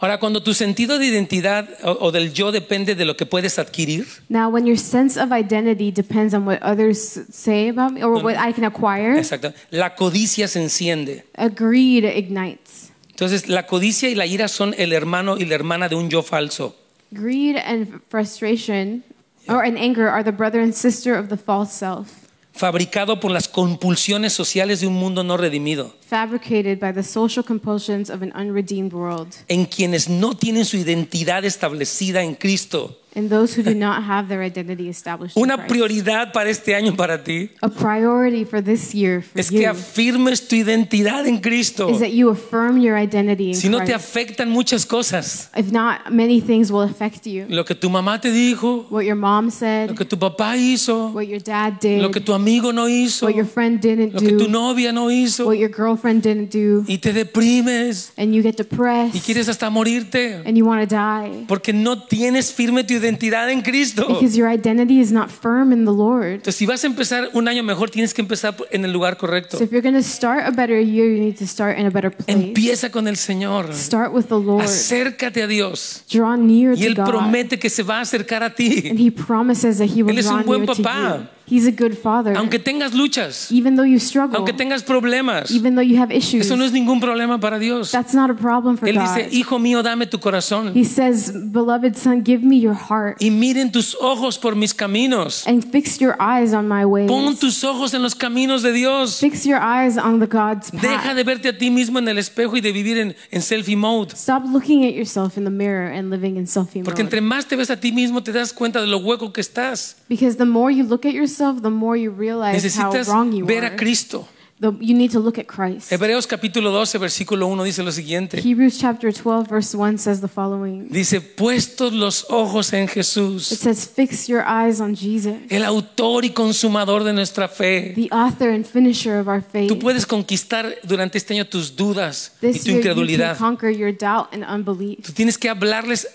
Ahora, cuando tu sentido de identidad o, o del yo depende de lo que puedes adquirir, Now, when your sense of identity depends on what others say about me or what I can acquire, exacto, la codicia se enciende. greed ignites. Entonces, la codicia y la ira son el hermano y la hermana de un yo falso. Greed and frustration or and anger are the brother and sister of the false self, fabricado por las compulsiones sociales de un mundo no redimido, fabricated by the social compulsions of an unredeemed world. en quienes no tienen su identidad establecida en Cristo. and [LAUGHS] those who do not have their identity established. in Una Christ. prioridad para este año para ti a priority for this year for es que you afirmes tu identidad en Cristo. is that you affirm your identity in Si no te Christ. afectan muchas cosas, if not, many things will affect you. lo que tu mamá te dijo, What your mom lo said, que tu papá hizo, what your dad did, lo que tu amigo no hizo, what your lo friend didn't que tu do, novia no hizo, what your girlfriend didn't do, y te deprimes and you get depressed y quieres hasta morirte and you want to die porque no tienes firme tu identidad en Cristo. because your identity is not firm in the Lord. Entonces, si vas a empezar un año mejor, tienes que empezar en el lugar correcto. So if you're going to start a better year, you need to start in a better place. Empieza con el Señor. Start with the Lord. Acércate a Dios. Draw near Y to Él God. promete que se va a acercar a And ti. he promises that he will Él es draw un buen near to papá. you. He's a good father. Aunque tengas luchas, even though you struggle, aunque tengas problemas, even though you have issues, eso no es ningún problema para Dios. that's not a problem for Él God. dice, Hijo mío, dame tu corazón. he says, "Beloved son, give me your heart Y miren tus ojos por mis caminos. and fix your eyes on my ways. Pon tus ojos en los caminos de Dios. fix your eyes on the God's path. Deja de verte a ti mismo en el espejo y de vivir en, en selfie mode. Stop looking at yourself in the mirror and living in selfie Porque mode. entre más te ves a ti mismo, te das cuenta de lo hueco que estás. Because the more you look at yourself, the more you realize how Necesitas wrong you ver are. a Cristo. The- you need to look at Christ. Hebreos capítulo 12, versículo 1 dice lo siguiente. Hebrews chapter 12 verse 1 says the following. Dice, puestos los ojos en It Jesús, says, "Fix your eyes on Jesus." el autor y consumador de nuestra fe. the author and finisher of our faith. Tú puedes conquistar durante este año tus dudas y this tu year you can incredulidad. conquer your doubt and unbelief. Tú tienes que hablarles,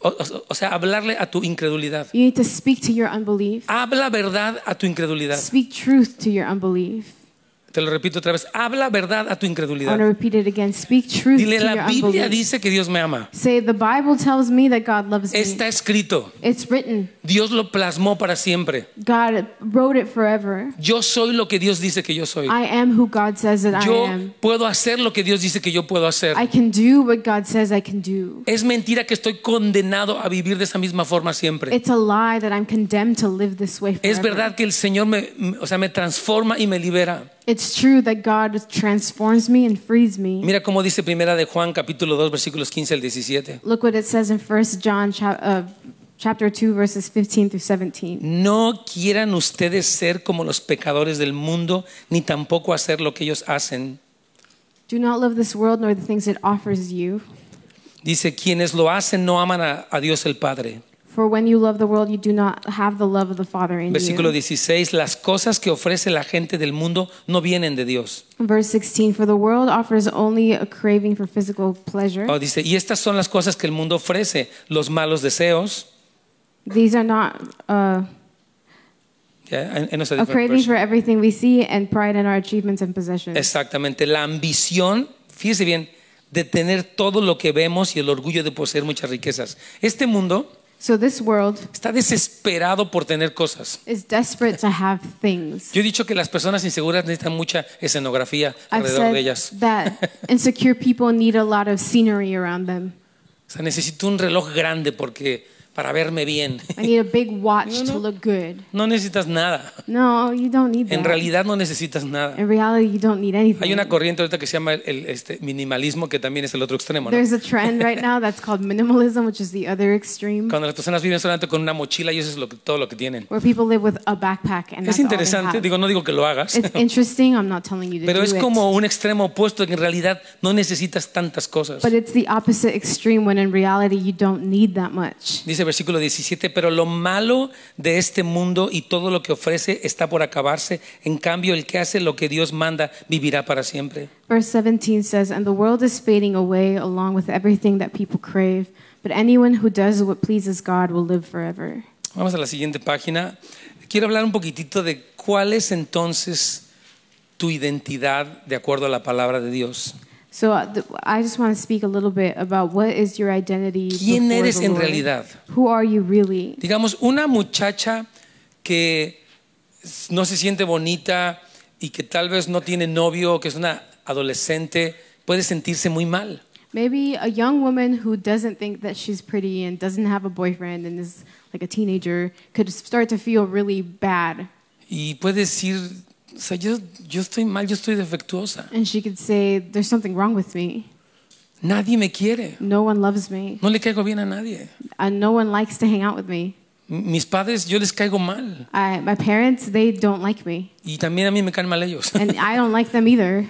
o, o- o sea, hablarle a tu incredulidad. You need to speak to your unbelief. Habla verdad a tu incredulidad. Speak truth to your unbelief. Te lo repito otra vez. Habla verdad a tu I want to incredulidad. repeat it again. Speak truth Dile, to your la Biblia unbelief. dice que Dios me ama. Say, the Bible tells me that God loves me. Está escrito. It's written. Dios lo plasmó para siempre. God wrote it forever. Yo soy lo que Dios dice que yo soy. I am who God says that Yo I am. puedo hacer lo que Dios dice que yo puedo hacer. I can do what God says I can do. Es mentira que estoy condenado a vivir de esa misma forma siempre. It's a lie that I'm condemned to live this way forever. Es verdad que el Señor me, me- o sea, me transforma y me libera. It's true that God transforms me and frees me. Mira cómo dice primera de Juan capítulo 2 versículos 15 al 17. Look what it says in 1 John chap- uh, chapter 2 verses 15 through 17. No quieran ustedes ser como los pecadores del mundo, ni tampoco hacer lo que ellos hacen. Do not love this world nor the things it offers you, Dice, quienes lo hacen no aman a, a Dios el Padre. for when you love the world you do not have the love of the Father in Versículo you. 16, las cosas que ofrece la gente del mundo no vienen de Dios. Verse 16 for the world offers only a craving for physical pleasure. Oh, dice, y estas son las cosas que el mundo ofrece, los malos deseos, These are not uh, yeah, I- I know it's a a different craving version. for everything we see and pride in our achievements and possessions. exactamente, la ambición, fíjese bien, de tener todo lo que vemos y el orgullo de poseer muchas riquezas. Este mundo So this world está desesperado por tener cosas. is desperate to have things. Yo he dicho que las personas inseguras necesitan mucha escenografía I've alrededor said de ellas. [LAUGHS] that insecure people need a lot of scenery around them. O sea, necesito un reloj grande porque para verme bien. I need a big watch No, no. to look good. [LAUGHS] No necesitas nada. No, you don't need that. En realidad no necesitas nada. In reality, you don't need anything. Hay una corriente ahorita que se llama el este, minimalismo, que también es el otro extremo. ¿no? There's a trend right now that's called minimalism, which is the other extreme, Cuando las personas viven solamente con una mochila y eso es lo que- todo lo que tienen. where people live with a backpack and Es that's all they interesante, have. digo, no digo que lo hagas, It's interesting. I'm not telling you [LAUGHS] to pero do es it. como un extremo opuesto, que en realidad no necesitas tantas cosas. But it's the opposite extreme when in reality you don't need that much. Dice versículo 17, pero lo malo de este mundo y todo lo que ofrece está por acabarse. En cambio, el que hace lo que Dios manda vivirá para siempre. Verse 17 says, And the world is fading away along with everything that people crave, but anyone who does what pleases God will live forever. Vamos a la siguiente página. Quiero hablar un poquitito de cuál es entonces tu identidad de acuerdo a la palabra de Dios. So uh, th- I just want to speak a little bit about what is your identity. ¿Quién before eres the en Lord? realidad? Who are you really? Digamos, una muchacha que no se siente bonita y que tal vez no tiene novio o que es una adolescente puede sentirse muy mal. Maybe a young woman who doesn't think that she's pretty and doesn't have a boyfriend and is like a teenager could start to feel really bad. Y puede decir, o sea, yo, yo estoy mal, yo estoy defectuosa. And she could say, There's something wrong with me. Nadie me quiere. No one loves me. No le caigo bien a nadie. And no one likes to hang out with me. M- Mis padres, yo les caigo mal. I, my parents, they don't like me. Y también a mí me caen mal ellos. [LAUGHS] And I don't like them either.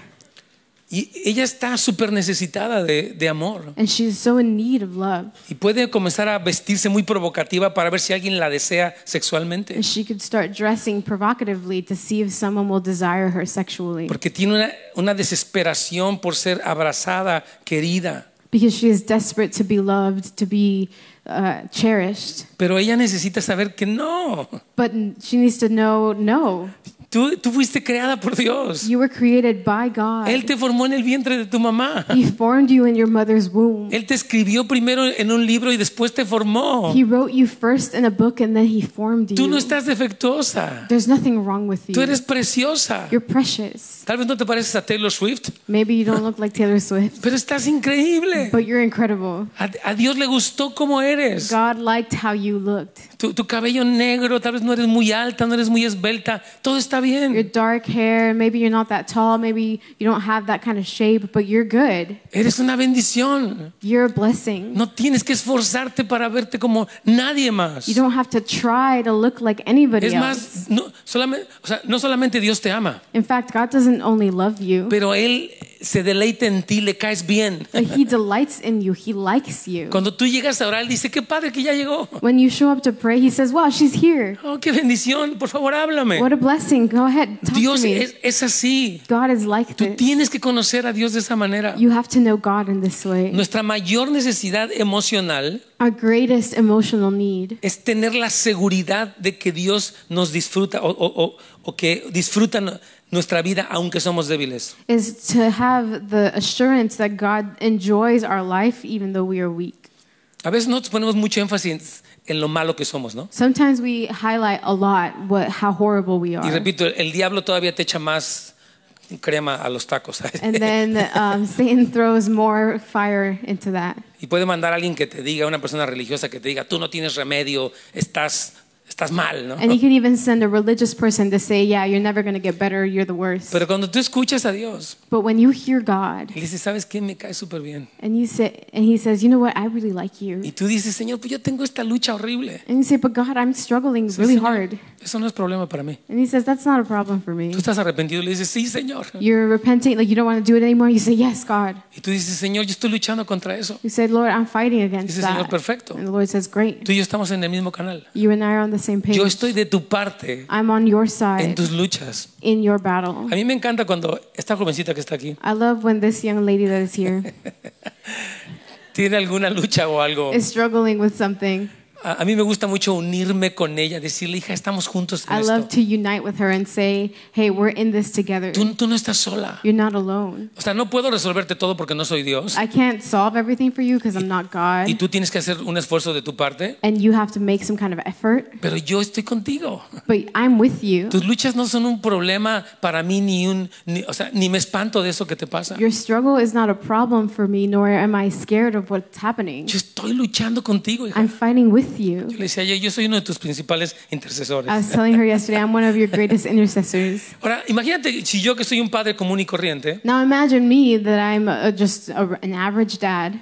Y ella está súper necesitada de, de amor. And she's so in need of love. Y puede comenzar a vestirse muy provocativa para ver si alguien la desea sexualmente. And she could start dressing provocatively to see if someone will desire her sexually. Porque tiene una, una desesperación por ser abrazada, querida. Because she is desperate to be loved, to be uh, cherished. Pero ella necesita saber que no. But n- she needs to know no, Tú, tú fuiste creada por Dios. you were created by Él God. te formó en el vientre de tu mamá. He formed you in your mother's womb. Él te escribió primero en un libro y después te formó. He wrote you first in a book and then he formed Tú no you. estás defectuosa. There's nothing wrong with Tú you. eres preciosa. You're precious. Tal vez no te pareces a Taylor Swift, Maybe you don't look like Taylor Swift, pero estás increíble. but you're incredible. A, a Dios le gustó cómo eres. God liked how you looked. Tu, tu cabello negro, tal vez no eres muy alta, no eres muy esbelta. Todo está Your bien. dark hair, maybe you're not that tall, maybe you don't have that kind of shape, but you're good. Eres una bendición. You're a blessing. No tienes que esforzarte para verte como nadie más. You don't have to try to look like anybody Es else. más, no solamente, o sea, no solamente Dios te ama, In fact, God doesn't only love you, pero Él se deleita en ti, le caes bien. but He delights in you. He likes you. Cuando tú llegas a orar, él dice, qué padre que ya llegó. When you show up to pray, He says, Wow, she's here. Oh, qué bendición, por favor, háblame. What a blessing. Go ahead, talk Dios to me. es, es así. God is like Tú this. tienes que conocer a Dios de esa manera. You have to know God in this way. Nuestra mayor necesidad emocional Our greatest emotional need es tener la seguridad de que Dios nos disfruta o, o- o- o que disfruta nu- nuestra vida aunque somos débiles. is to have the assurance that God enjoys our life even though we are weak. A veces nosotros ponemos mucho énfasis en, en lo malo que somos, ¿no? Sometimes we highlight a lot what how horrible we Y are. repito, el diablo todavía te echa más crema a los tacos. And then um, Satan throws more fire into that. [LAUGHS] Y puede mandar a alguien que te diga, una persona religiosa que te diga, tú no tienes remedio, estás, estás mal, ¿no? And he could even send a religious person to say, Yeah, you're never going to get better. You're the worst. Pero cuando tú escuchas a Dios, But when you hear God Él dice, ¿sabes qué? Me cae súper bien. and you say, and he says, You know what? I really like you. Y tú dices, Señor, pues yo tengo esta lucha horrible. And you say, But God, I'm struggling really Señor, hard. Eso no es problema para mí. And he says, That's not a problem for me. Tú estás arrepentido y le dices, sí, Señor. You're repenting, like you don't want to do it anymore. You say, Yes, God. Y tú dices, Señor, yo estoy luchando contra eso. You say, Lord, I'm fighting Dice, against Señor, that. perfecto. And the Lord says, Great. Tú y yo estamos en el mismo canal. You and I are on the same Yo page. estoy de tu parte I'm on your en side tus luchas. in your battle. A mí me encanta cuando esta jovencita que está aquí I love when this young lady that is [LAUGHS] here tiene alguna lucha o algo. is struggling with something. A, a mí me gusta mucho unirme con ella, decirle, hija, estamos juntos en I esto. love to unite with her and say, hey, we're in this together. Tú, tú no estás sola. You're not alone. O sea, no puedo resolverte todo porque no soy Dios. I can't solve everything for you because I'm not Y God. tú tienes que hacer un esfuerzo de tu parte, And you have to make some kind of effort. pero yo estoy contigo. But I'm with you. Tus luchas no son un problema para mí ni un, ni- o sea, ni me espanto de eso que te pasa. Your struggle is not a problem for me, nor am I scared of what's happening. Yo estoy luchando contigo, hija. I'm fighting with with Yo you. le decía, "Oye, yo soy uno de tus principales intercesores. I was telling her yesterday, I'm one of your greatest intercessors. Ahora, imagínate si yo que soy un padre común y corriente, Now imagine me that I'm uh just a, an average dad.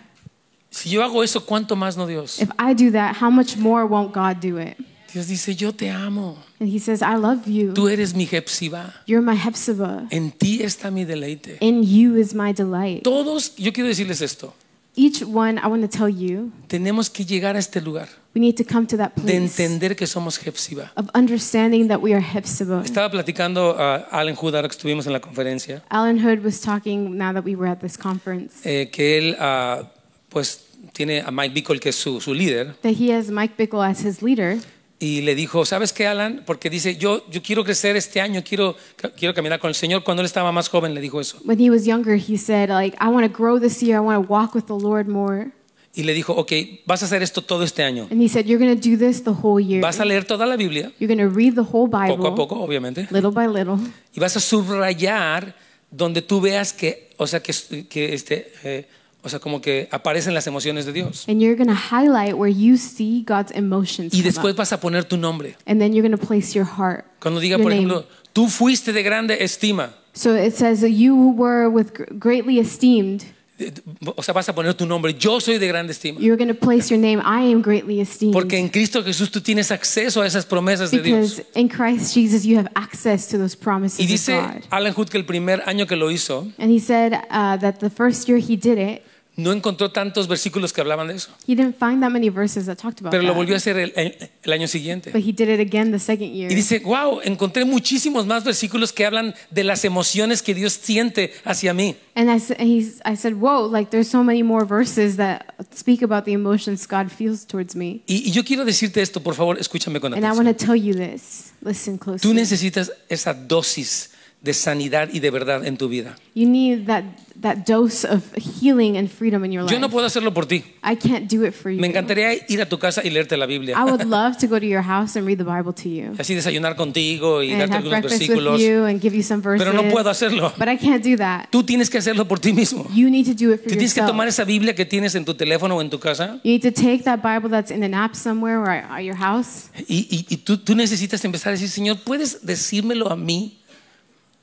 si yo hago eso, ¿cuánto más no Dios? If I do that, how much more won't God do it? Dios dice, yo te amo, And He says, I love you. tú eres mi Jepsiba, You're my Hephzibah. en ti está mi deleite. In you is my delight. Todos, yo quiero decirles esto, Each one, I want to tell you, tenemos que llegar a este lugar we need to come to that de place entender que somos Jepsiba. of understanding that we are Hephzibah. Estaba platicando a Alan Hood, ahora que estuvimos en la conferencia, Alan Hood was talking now that we were at this conference eh, que él ah, pues tiene a Mike Bickle, que es su, su líder, that he has Mike Bickle as his leader. y le dijo, ¿sabes qué, Alan? Porque dice, yo, yo quiero crecer este año, quiero, ca- quiero caminar con el Señor. Cuando él estaba más joven le dijo eso. When he was younger, he said, like, I want to grow this year. I want to walk with the Lord more. Y le dijo, ok, vas a hacer esto todo este año. And he said, You're going to do this the whole year. Vas a leer toda la Biblia, You're going to read the whole Bible, poco a poco, obviamente, little by little. y vas a subrayar donde tú veas que, o sea, que, que, este, eh, o sea, como que aparecen las emociones de Dios. And you're going to highlight where you see God's emotions. Y come después up. vas a poner tu nombre. And then you're going to place your heart. Cuando diga, your por name. ejemplo, tú fuiste de grande estima, So it says that you were with gr- greatly esteemed. eh, o sea, vas a poner tu nombre. Yo soy de grande estima. You're going to place your name. I am greatly esteemed. Porque en Cristo Jesús tú tienes acceso a esas promesas de because Dios. in Christ Jesus, you have access to those promises Y dice of God. Alan Hood que el primer año que lo hizo, And he said uh, that the first year he did it, no encontró tantos versículos que hablaban de eso, he didn't find that many verses that talked about pero lo volvió a that. hacer el, el- el año siguiente. But he did it again the second year. Y dice, wow, encontré muchísimos más versículos que hablan de las emociones que Dios siente hacia mí. And I, s- and he's, I said, whoa, like there's so many more verses that speak about the emotions God feels towards me. Y, y yo quiero decirte esto, por favor, escúchame con And I want atención. to tell you this. Listen Tú closely. necesitas esa dosis de sanidad y de verdad en tu vida. You need that, that dose of healing and freedom in your life. Yo no puedo hacerlo por ti. I can't do it for you. Me encantaría ir a tu casa y leerte la Biblia. I would love to go to your house and read the Bible to you Así desayunar contigo [LAUGHS] y and darte have algunos breakfast with versículos. you and give you some verses. Pero no puedo hacerlo. But I can't do that. Tú tienes que hacerlo por ti mismo. You need to do it for Te tienes que yourself. tomar esa Biblia que tienes en tu teléfono o en tu casa You need to take that Bible that's in an app somewhere or at your house, y, y- y tú, tú necesitas empezar a decir, Señor, ¿puedes decírmelo a mí?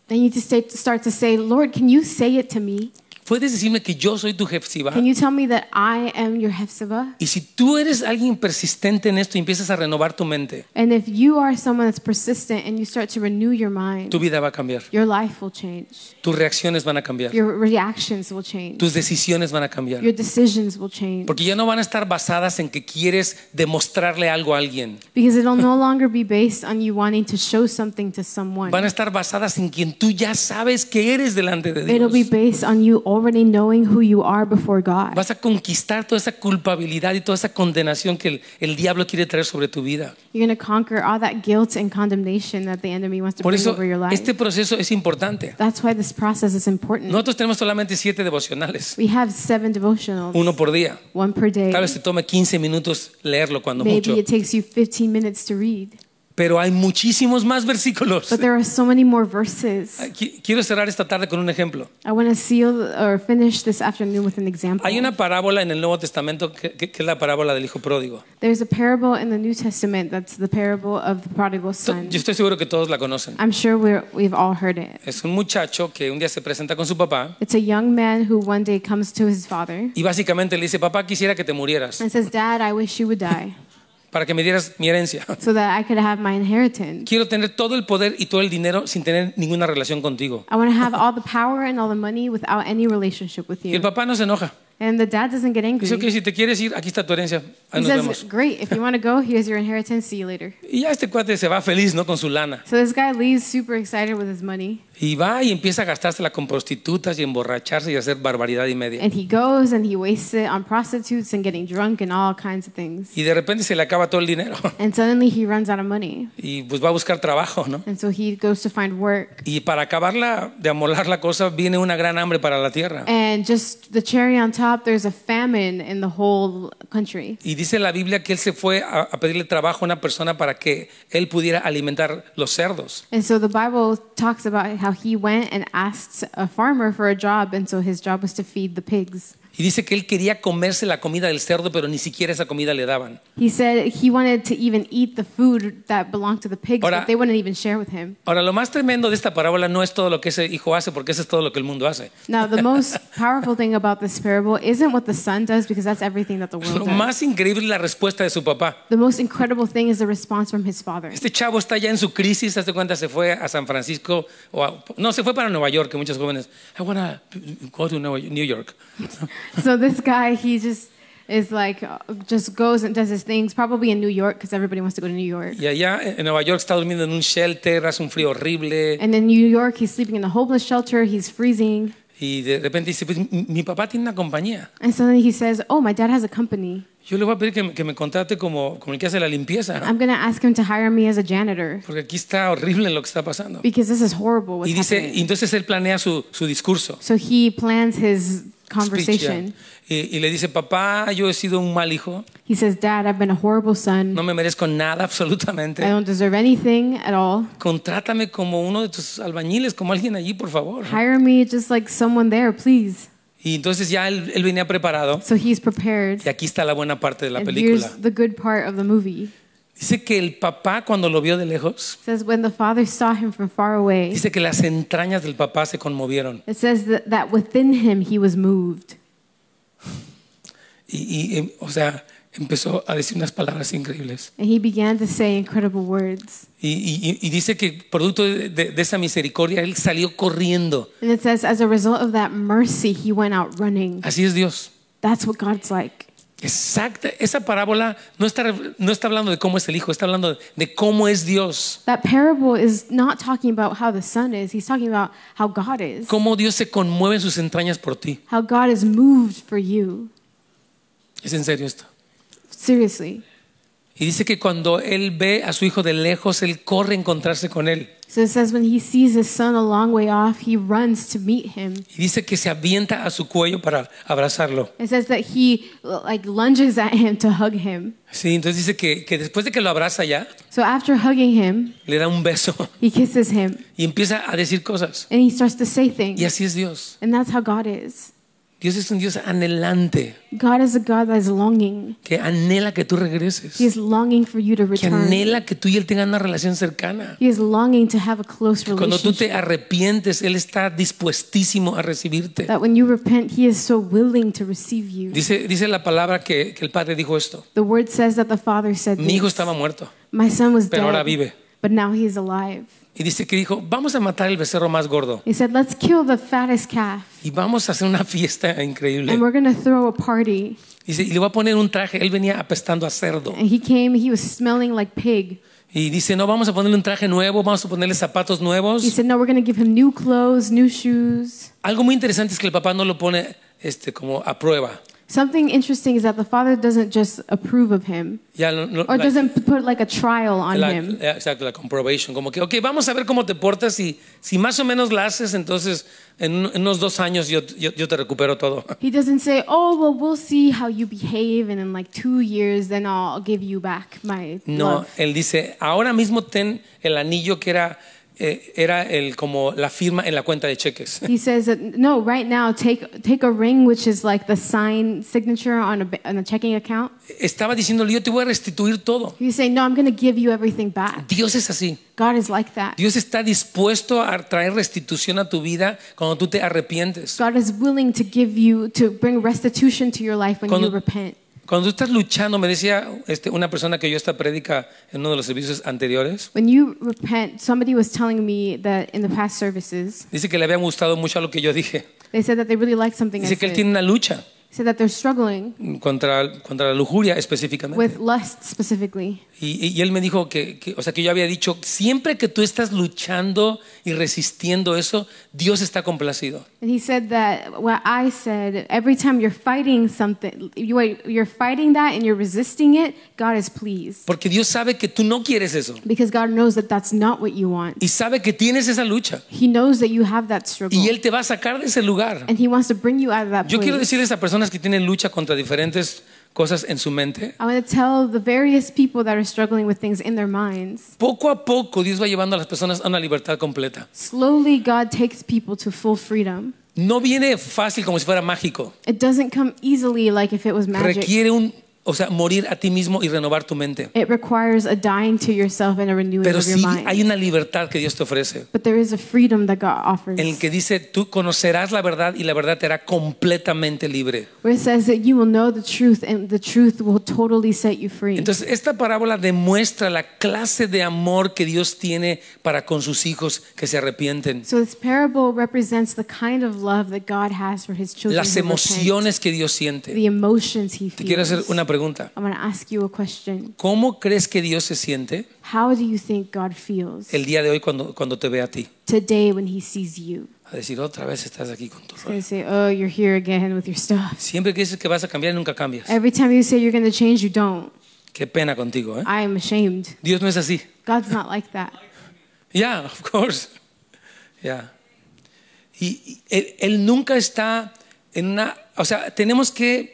and you need to stay, start to say, Lord, can you say it to me? ¿Puedes decirme que yo soy tu Jefsiba? Can you tell me that I am your Hephzibah? Y si tú eres alguien persistente en esto y empiezas a renovar tu mente, And if you are someone that's persistent and you start to renew your mind, tu vida va a cambiar. your life will change. Tus reacciones van a cambiar. Your reactions will change. Tus decisiones van a cambiar. Your decisions will change. Porque ya no van a estar basadas en que quieres demostrarle algo a alguien. Because it'll no longer be based on you wanting to show something to someone. Van a estar basadas en quien tú ya sabes que eres delante de It'll be Dios. based on you already knowing who you are before God. Vas a conquistar toda esa culpabilidad y toda esa condenación que el, el diablo quiere traer sobre tu vida. You're going to conquer all that guilt and condemnation that the enemy wants to Por bring eso, over your life. este proceso es importante. That's why this process is important. Nosotros tenemos solamente siete devocionales, we have seven devotionals, uno por día. one per day. Tal vez te tome 15 minutos leerlo cuando Maybe mucho. it takes you 15 minutes to read. Pero hay muchísimos más versículos. But there are so many more verses. Qui- Quiero cerrar esta tarde con un ejemplo. I want to seal or finish this afternoon with an example. Hay una parábola en el Nuevo Testamento que, que- que es la parábola del Hijo Pródigo. There's a parable in the New Testament that's the parable of the prodigal To- son. Yo estoy seguro que todos la conocen. I'm sure we're, we've all heard it. Es un muchacho que un día se presenta con su papá It's a young man who one day comes to his father y básicamente le dice, papá, quisiera que te murieras and says, Dad, I wish you would die para que me dieras mi herencia. [LAUGHS] so that I could have my inheritance. Quiero tener todo el poder y todo el dinero sin tener ninguna relación contigo. I want to have all the power and all the money without any relationship with Y el you. papá no se enoja. And the dad doesn't get angry. Dice, ok, si te quieres ir, aquí está tu herencia. Ahí He nos says, vemos. Great, if you want to go, here's your inheritance. See you later. Y ya este cuate se va feliz, ¿no? Con su lana. So this guy leaves super excited with his money. Y va y empieza a gastársela con prostitutas y emborracharse y hacer barbaridad y media. And he goes and he wastes it on prostitutes and getting drunk and all kinds of things. Y de repente se le acaba todo el dinero. [LAUGHS] And suddenly he runs out of money. Y pues va a buscar trabajo, ¿no? And so he goes to find work. Y para acabarla, de amolar la cosa, viene una gran hambre para la tierra. And just the cherry on top, there's a famine in the whole country. Y dice la Biblia que él se fue a, a pedirle trabajo a una persona para que él pudiera alimentar los cerdos. And so the Bible talks about how he went and asked a farmer for a job, and so his job was to feed the pigs. Y dice que él quería comerse la comida del cerdo, pero ni siquiera esa comida le daban. He said he wanted to even eat the food that belonged to the pigs, Ahora- but they wouldn't even share with him. Ahora, lo más tremendo de esta parábola no es todo lo que ese hijo hace, porque eso es todo lo que el mundo hace. Now, the most powerful thing about this parable isn't what the son does, because that's everything that the Lo world does. más increíble es la respuesta de su papá. The most incredible thing is the response from his father. Este chavo está ya en su crisis, hace cuenta, se fue a San Francisco, o a- no, se fue para Nueva York, que muchos jóvenes, I wanna go to Nueva- New York. So this guy, he just is like, uh, just goes and does his things, probably in New York, because everybody wants to go to New York. Y allá eh, en Nueva York está durmiendo en un shelter, hace un frío horrible, And in New York, he's sleeping in a homeless shelter. He's freezing. y de repente dice, pues mi mi papá tiene una compañía, And suddenly he says, Oh, my dad has a company. yo le voy a pedir que, me- que me contrate como, como el que hace la limpieza, I'm going to ask him to hire me as a janitor porque aquí está horrible lo que está pasando. because this is horrible. What's Y dice, y happening. entonces él planea su, su discurso. So he plans his speech, ya. conversation. Y, y le dice, papá, yo he sido un mal hijo, He says, Dad, I've been a horrible son. no me merezco nada I absolutamente. don't deserve anything at all. Contrátame como uno de tus albañiles, como alguien allí, por favor. Hire me just like someone there, please. Y entonces ya él, él venía preparado. So he's prepared. Y aquí está la buena parte de la And here's película. the good part of the movie. Dice que el papá, cuando lo vio de lejos, It says, When the father saw him from far away, dice que las entrañas del papá se conmovieron. it says that, that within him he was moved. Y, y, em, o sea, empezó a decir unas palabras increíbles. And he began to say incredible words. Y, y- y dice que producto de- de- de esa misericordia, él salió corriendo. And it says, as a result of that mercy, he went out running. Así es Dios. That's what God's like. Exacta, esa parábola no está, no está hablando de cómo es el hijo, está hablando de cómo es Dios, That parable is not talking about how the son is, he's talking about how God is, cómo Dios se conmueve en sus entrañas por ti. how God is moved for you. Es en serio esto. Seriously. Y dice que cuando él ve a su hijo de lejos, él corre a encontrarse con él. So it says, when he sees his son a long way off, he runs to meet him. Y dice que se avienta a su cuello para abrazarlo. It says that he like lunges at him to hug him. Sí, entonces dice que, que después de que lo abraza ya, So after hugging him, le da un beso [LAUGHS] he kisses him y empieza a decir cosas. and he starts to say Y things. así es Dios. And that's how God is. Dios es un Dios anhelante, God is a God that is longing. que anhela que tú regreses, He is longing for you to que return. anhela que tú y él tengan una relación cercana. He is longing to have a close Cuando tú relationship. te arrepientes, Él está dispuestísimo a recibirte. That when you repent, He is so willing to receive you. Dice, dice la palabra que, que el padre dijo esto. The word says that the Father said, Mi hijo this, estaba muerto. My son was pero ahora vive. dead, but now he is alive. Y dice que dijo, vamos a matar el becerro más gordo. He said, Let's kill the fattest calf, Y vamos a hacer una fiesta increíble. and we're going to throw a party. Dice, y le voy a poner un traje. Él venía apestando a cerdo. And he came, he was smelling like pig. Y dice, no, vamos a ponerle un traje nuevo, vamos a ponerle zapatos He nuevos. said, No, we're going to give him new clothes, new shoes. Algo muy interesante es que el papá no lo pone este, como a prueba. Something interesting is that the Father doesn't just approve of him Ya no- no- or la- doesn't put like a trial Oh, on La, him. la- exacto, la comprobation. Como que, ok, vamos a ver cómo te portas y si más o menos la haces, entonces en, un- en unos dos años yo, yo- yo te recupero todo. He doesn't say, "Oh, well, we'll see how you behave, and in like two years, then I'll give you back my No, love." él dice, ahora mismo ten el anillo que era, eh, era el, como la firma en la cuenta de cheques. He says that no, right now, take take a ring, which is like the sign signature on a ba- on a checking account. Estaba diciéndole, yo te voy a restituir todo. He's saying, "No, I'm going to give you everything back." Dios es así. God is like that. Dios está dispuesto a traer restitución a tu vida cuando tú te arrepientes. God is willing to give you to bring restitution to your life when Cuando- you repent. Cuando tú estás luchando, me decía este, una persona que yo esta prédica en uno de los servicios anteriores, When you repent, somebody was telling me that in the past services, Dice que le había gustado mucho a lo que yo dije. they said that they really liked something. I Dice que él said. tiene una lucha said that they're struggling contra, contra la lujuria específicamente. with lust specifically. Y, y él me dijo que, que- o sea, que yo había dicho, siempre que tú estás luchando y resistiendo eso, Dios está complacido. And he said that what I said, every time you're fighting something, you- you're fighting that and you're resisting it, God is pleased. Porque Dios sabe que tú no quieres eso. Because God knows that that's not what you want. Y sabe que tienes esa lucha. He knows that you have that struggle. Y Él te va a sacar de ese lugar. And He wants to bring you out of that Yo quiero place. decirles a personas que tienen lucha contra diferentes cosas en su mente. I want to tell the various people that are struggling with things in their minds. Poco a poco Dios va llevando a las personas a una libertad completa. Slowly, God takes people to full freedom. No viene fácil como si fuera mágico. It doesn't come easily like if it was magic. Requiere un, o sea, morir a ti mismo y renovar tu mente. It requires a dying to yourself and a renewing Pero of your sí mind. hay una libertad que Dios te ofrece, but there is a freedom that God offers en el que dice, tú conocerás la verdad y la verdad te hará completamente libre. where it says that you will know the truth and the truth will totally set you free. Entonces, esta parábola demuestra la clase de amor que Dios tiene para con sus hijos que se arrepienten, so this parable represents the kind of love that God has for his children. las who repent, emociones que Dios siente. the emotions he Te feels. quiero hacer una pregunta. I'm going to ask you a question. ¿Cómo crees que Dios se siente How do you think God feels el día de hoy cuando, cuando te ve a ti? today when he sees you? A decir, otra vez estás aquí con tu He's going rollo. to say, "Oh, you're here again with your stuff." Siempre que dices que vas a cambiar, nunca cambias. Every time you say you're going to change, you don't. Qué pena contigo, ¿eh? I am ashamed. Dios no es así. God's not like that. Yeah, of course. Yeah. Y, y él, él nunca está en una, o sea, tenemos que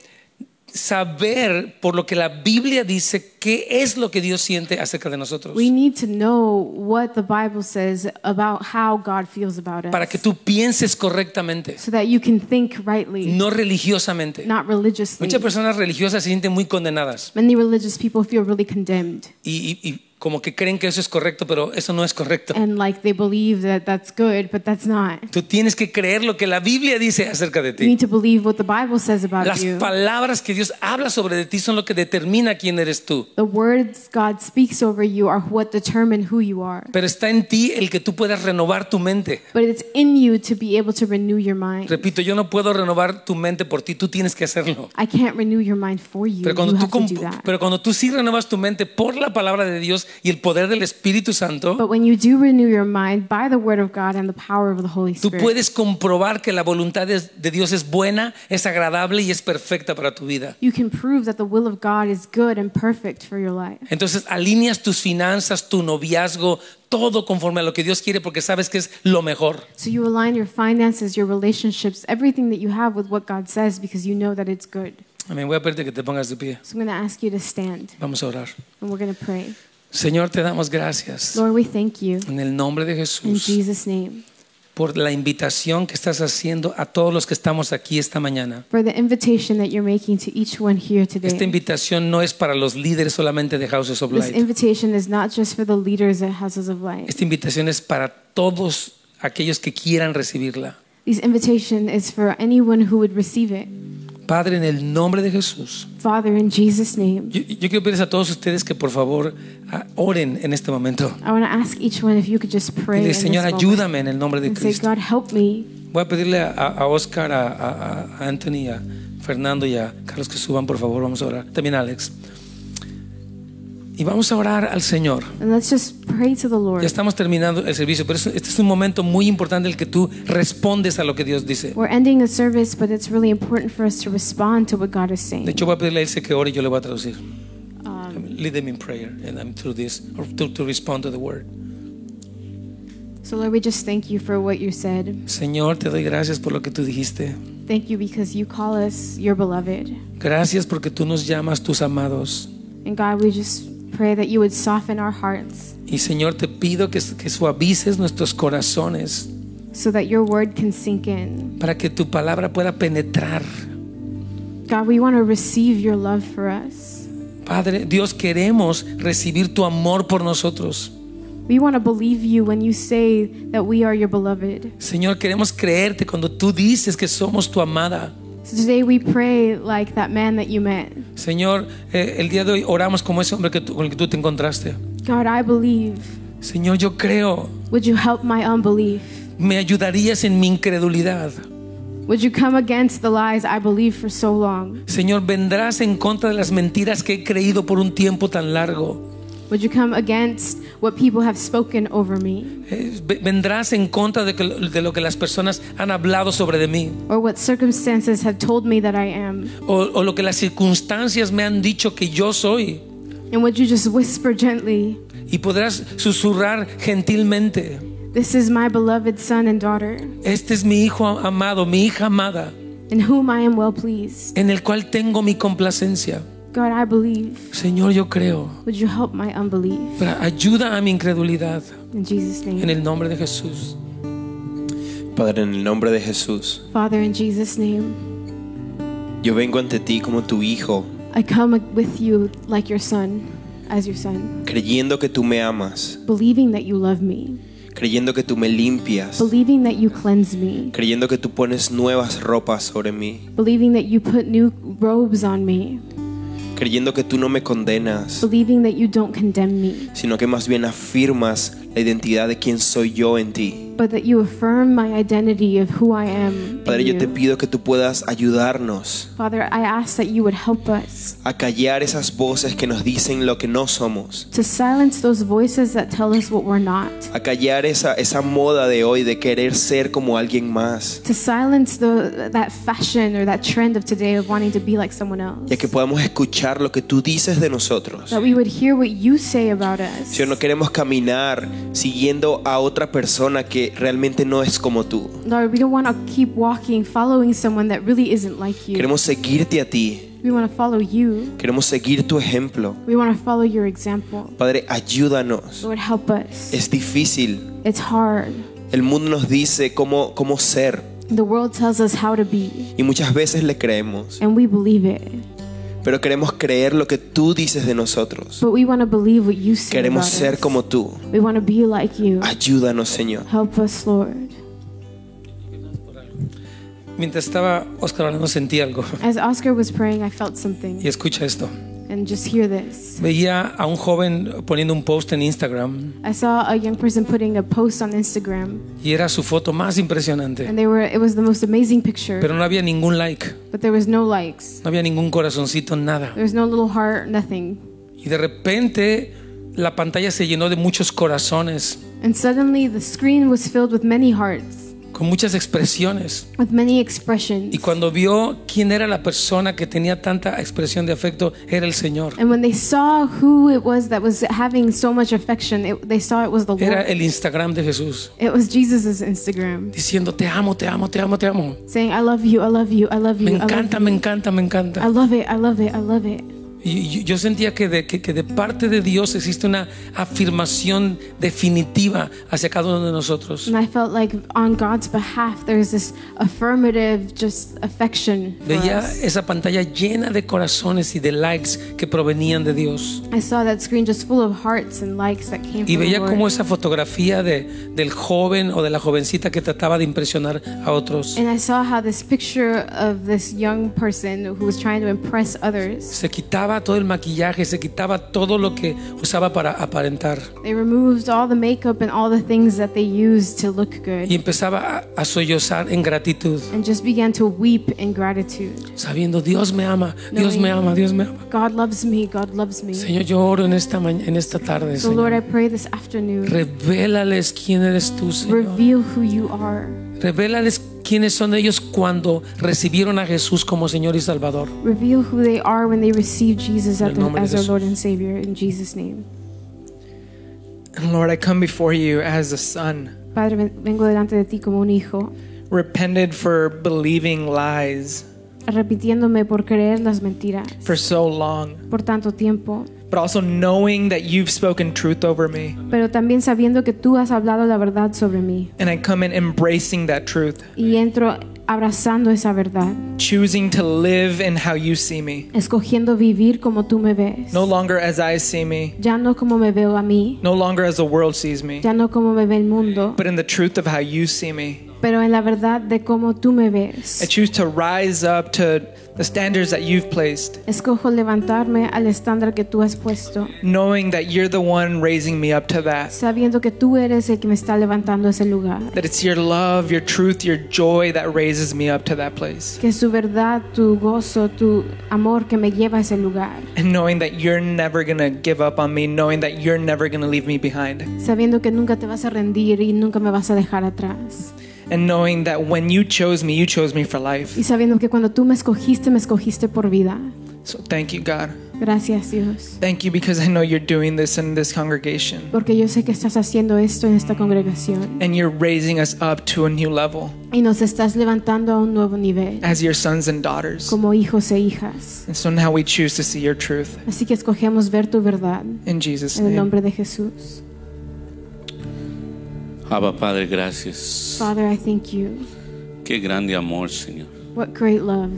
saber por lo que la Biblia dice qué es lo que Dios siente acerca de nosotros We need to know what the Bible says about how God feels about us para que tú pienses correctamente, so that you can think rightly, no religiosamente. not religiously. Muchas personas religiosas se sienten muy condenadas Many religious people feel really condemned y, y- y como que creen que eso es correcto, pero eso no es correcto. and like they believe that that's good, but that's not. Tú tienes que creer lo que la Biblia dice acerca de You ti. need to believe what the Bible says about Las you. palabras que Dios habla sobre de ti son lo que determina quién eres tú. The words God speaks over you are what determine who you are. Pero está en ti el que tú puedas renovar tu mente. But it's in you to be able to renew your mind. Repito, yo no puedo renovar tu mente por ti, tú tienes que hacerlo. I can't renew your mind for you. Pero You cuando, tú have to do comp- that. pero cuando tú sí renovas tu mente por la palabra de Dios y el poder del Espíritu Santo, But when you do renew your mind by the word of God and the power of the Holy tú Spirit, puedes comprobar que la voluntad de, de Dios es buena, es agradable y es perfecta para tu vida. you can prove that the will of God is good and perfect for your life. Entonces alineas tus finanzas, tu noviazgo, todo conforme a lo que Dios quiere porque sabes que es lo mejor. So you align your finances, your relationships, everything that you have with what God says because you know that it's good. Amén. Voy a pedirte que te pongas de pie. So I'm going to ask you to stand Vamos a orar. and we're going to pray. Señor, te damos gracias. Lord, we thank you En el nombre de in Jesús. Jesus' name por la invitación que estás haciendo a todos los que estamos aquí esta mañana. for the invitation that you're making to each one here Esta today. invitación no es para los líderes solamente de Houses of This Light. invitation is not just for the leaders at Houses of Light. Esta invitación es para todos aquellos que quieran recibirla. This invitation is for anyone who would receive it. Padre, en el nombre de Jesús, Father, in Jesus' name. yo, yo quiero pedirles a todos ustedes que por favor ah, oren en este momento. I want to ask each one if you could just pray. Dile, in this Señor, moment ayúdame en el nombre de And say, Cristo. God, help me. Voy a pedirle a, a Oscar, a, a- a Anthony, a Fernando y a Carlos que suban, por favor, vamos a orar. También Alex. Y vamos a orar al Señor. And let's just pray to the Ya Lord. estamos terminando el servicio, pero es- este es un momento muy importante en el que tú respondes a lo que Dios dice. We're ending the service, but it's really important for us to respond to what God is De saying. hecho, voy a pedirle a Ilse que ore y yo le voy a traducir. Lead them in prayer and I'm through this, or to, to respond to the word. So, Lord, we just thank you for what you said. Señor, te doy gracias por lo que tú dijiste. Thank you because you call us your beloved. Gracias porque tú nos llamas tus amados. And God, we just pray that you would soften our hearts Y Señor, te pido que, que suavices nuestros corazones so that your word can sink in. para que tu palabra pueda penetrar. God, we want to receive your love for us. Padre, Dios, queremos recibir tu amor por nosotros. We want to believe you when you say that we are your beloved. Señor, queremos creerte cuando tú dices que somos tu amada. So today we pray like that man that you met. Señor, eh, el día de hoy oramos como ese hombre que tú- con el que tú te encontraste. God, I believe. Señor, yo creo, Would you help my unbelief? me ayudarías en mi incredulidad. Would you come against the lies I believed for so long? Señor, vendrás en contra de las mentiras que he creído por un tiempo tan largo. Would you come against what people have spoken over me Eh, ve- vendrás en contra de, que- de lo que las personas han hablado sobre de mí. or what circumstances have told me that I am? O, o lo que las circunstancias me han dicho que yo soy. And would you just whisper gently, Y podrás susurrar gentilmente. This is my beloved son and daughter, Este es mi hijo amado, mi hija amada, in whom I am well pleased. en el cual tengo mi complacencia. God, I believe. Señor, yo creo. Would you help my unbelief? Pero ayuda a mi incredulidad In Jesus' en name. el nombre de Jesús. Padre, en el nombre de Jesús, Father, in Jesus' name, yo vengo ante ti como tu hijo, I come with you like your son, as your son, creyendo que tú me amas, believing that you love me, creyendo que tú me limpias, believing that you cleanse me, creyendo que tú pones nuevas ropas sobre mí, believing that you put new robes on me, creyendo que tú no me condenas, believing that you don't condemn me, sino que más bien afirmas la identidad de quién soy yo en ti. but that you affirm my identity of who I am. in Padre, yo te you. pido que tú puedas ayudarnos Father, I ask that you would help us a callar esas voces que nos dicen lo que no somos, to silence those voices that tell us what we're not, a callar esa, esa moda de hoy de querer ser como alguien más to silence the, that fashion or that trend of today of wanting to be like someone else, y a que podamos escuchar lo que tú dices de nosotros. that we would hear what you say about us. Si no queremos caminar siguiendo a otra persona que realmente no es como tú. Lord, we don't want to keep walking, following someone that really isn't like you. Queremos seguirte a ti. We want to follow you. Queremos seguir tu ejemplo. We want to follow your example. Padre, ayúdanos. Lord, help us. Es difícil. It's hard. El mundo nos dice cómo, cómo ser The world tells us how to be, y muchas veces le creemos. and we believe it. Pero queremos creer lo que tú dices de nosotros. But we want to believe what you say. Queremos About ser us. como tú. We want to be like you. Ayúdanos, Señor. Help us, Lord. Mientras estaba Oscar hablando sentí algo. As Oscar was praying, I felt Y something. escucha esto. And just hear this. Veía a un joven poniendo un post en Instagram I saw a young person putting a post on Instagram, y era su foto más impresionante. and they were it was the most amazing picture, Pero no había ningún like, but there was no likes. no había ningún corazoncito, nada. There was no little heart, nothing. Y de repente la pantalla se llenó de muchos corazones, And suddenly the screen was filled with many hearts, con muchas expresiones. with many expressions. Y cuando vio quién era la persona que tenía tanta expresión de afecto, era el Señor. And when they saw who it was that was having so much affection, it, they saw it was the Era Lord. el Instagram de Jesús, It was Jesus' Instagram diciendo, te amo, te amo, te amo, te amo. saying, I love you, I love you, I love Me you. I love encanta, me encanta, me you. I encanta. love it, I love it, I love it. Y yo- yo sentía que de, que- que de parte de Dios existe una afirmación definitiva hacia cada uno de nosotros. And I felt like on God's behalf, there's this affirmative, just affection. For Veía us. esa pantalla llena de corazones y de likes que provenían de Dios. I saw that screen just full of hearts and likes that came Y from veía the como Lord. esa fotografía de, del joven o de la jovencita que trataba de impresionar a otros And I saw how this picture of this young person who was trying to impress others se quitaba todo el maquillaje, se quitaba todo lo que usaba para aparentar They removed all the makeup and all the things that they used to look y good empezaba a, a sollozar en gratitud, and just began to weep in gratitude. sabiendo Dios me ama, Dios me ama, Dios me ama. God loves me, God loves me. Señor, yo oro en esta ma- en esta tarde, So, Lord, I Señor. pray this afternoon, Revélales quién eres tú, Señor. reveal who you are. Revélales quiénes son ellos cuando recibieron a Jesús como Señor y Salvador. Reveal who they are when they receive Jesus En el as their, nombre de as their Jesús. Lord and Savior in Jesus' name. And Lord, I come before you as a son, Padre, ven- vengo delante de ti como un hijo, repented for believing lies arrepintiéndome por creer las mentiras for so long, por tanto tiempo, but also knowing that you've spoken truth over me. pero también sabiendo que tú has hablado la verdad sobre mí And I come in embracing that truth, y entro abrazando esa verdad. choosing to live in how you see me, escogiendo vivir como tú me ves, no longer as I see me, ya no como me veo a mí, no longer as the world sees me, ya no como me ve el mundo, but in the truth of how you see me. pero en la verdad de cómo tú me I ves. choose to rise up to the standards that you've placed, Escojo levantarme al estándar que tú has puesto, knowing that you're the one raising me up to that. sabiendo que tú eres el que me está levantando a ese lugar, That it's your love, your truth, your joy that raises me up to that place. que es su verdad, tu gozo, tu amor que me lleva a ese lugar, And knowing that you're never gonna give up on me, knowing that you're never gonna leave me behind, sabiendo que nunca te vas a rendir y nunca me vas a dejar atrás, and knowing that when you chose me, you chose me for life. y sabiendo que cuando tú me escogiste, me escogiste por vida. So thank you, God. Gracias Dios, Thank you because I know you're doing this in this congregation, porque yo sé que estás haciendo esto en esta congregación. and you're raising us up to a new level y nos estás levantando a un nuevo nivel as your sons and daughters. como hijos e hijas. And so now we choose to see your truth Así que escogemos ver tu verdad in Jesus' en el name. nombre de Jesús. Abba Padre, gracias. Father, I thank you. Qué grande amor, Señor. What great love.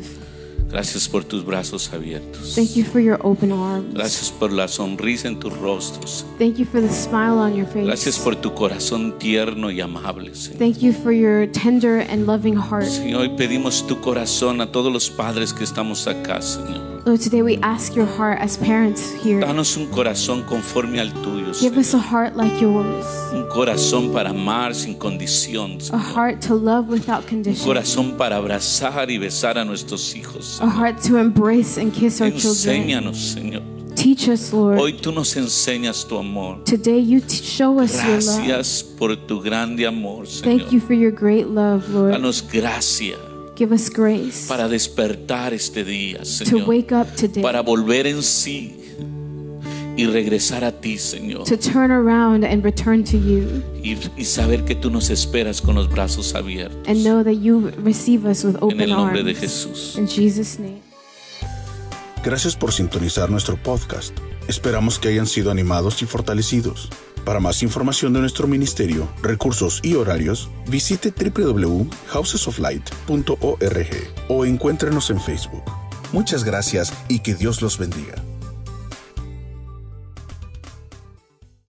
Gracias por tus brazos abiertos. Thank you for your open arms. Gracias por la sonrisa en tus rostros. Thank you for the smile on your face. Gracias por tu corazón tierno y amable, Señor. Thank you for your tender and loving heart. Señor, hoy pedimos tu corazón a todos los padres que estamos acá, Señor. Lord, today we ask your heart as parents here. Danos un corazón conforme al tuyo, Give Señor. us a heart like yours, Un corazón para amar sin condición, a Señor. heart to love without Un condition, corazón para abrazar y besar a nuestros hijos. a heart to embrace and kiss our Oh, children. Enséñanos, Señor. Teach us, Lord. Hoy tú nos enseñas tu amor. Today you t- show us your love. Gracias por tu grande amor, Señor. Pues Thank you for your great love, Lord. Danos gracia Give us grace para despertar este día, to Señor. wake up today, Para volver en sí y regresar a ti, Señor. to turn around and return to you, Y, y saber que tú nos esperas con los brazos abiertos. and know that you receive us with En el open nombre de arms. Jesús. In Jesus' name. Gracias por sintonizar nuestro podcast. Esperamos que hayan sido animados y fortalecidos. Para más información de nuestro ministerio, recursos y horarios, visite www.housesoflight.org o encuéntrenos en Facebook. Muchas gracias y que Dios los bendiga.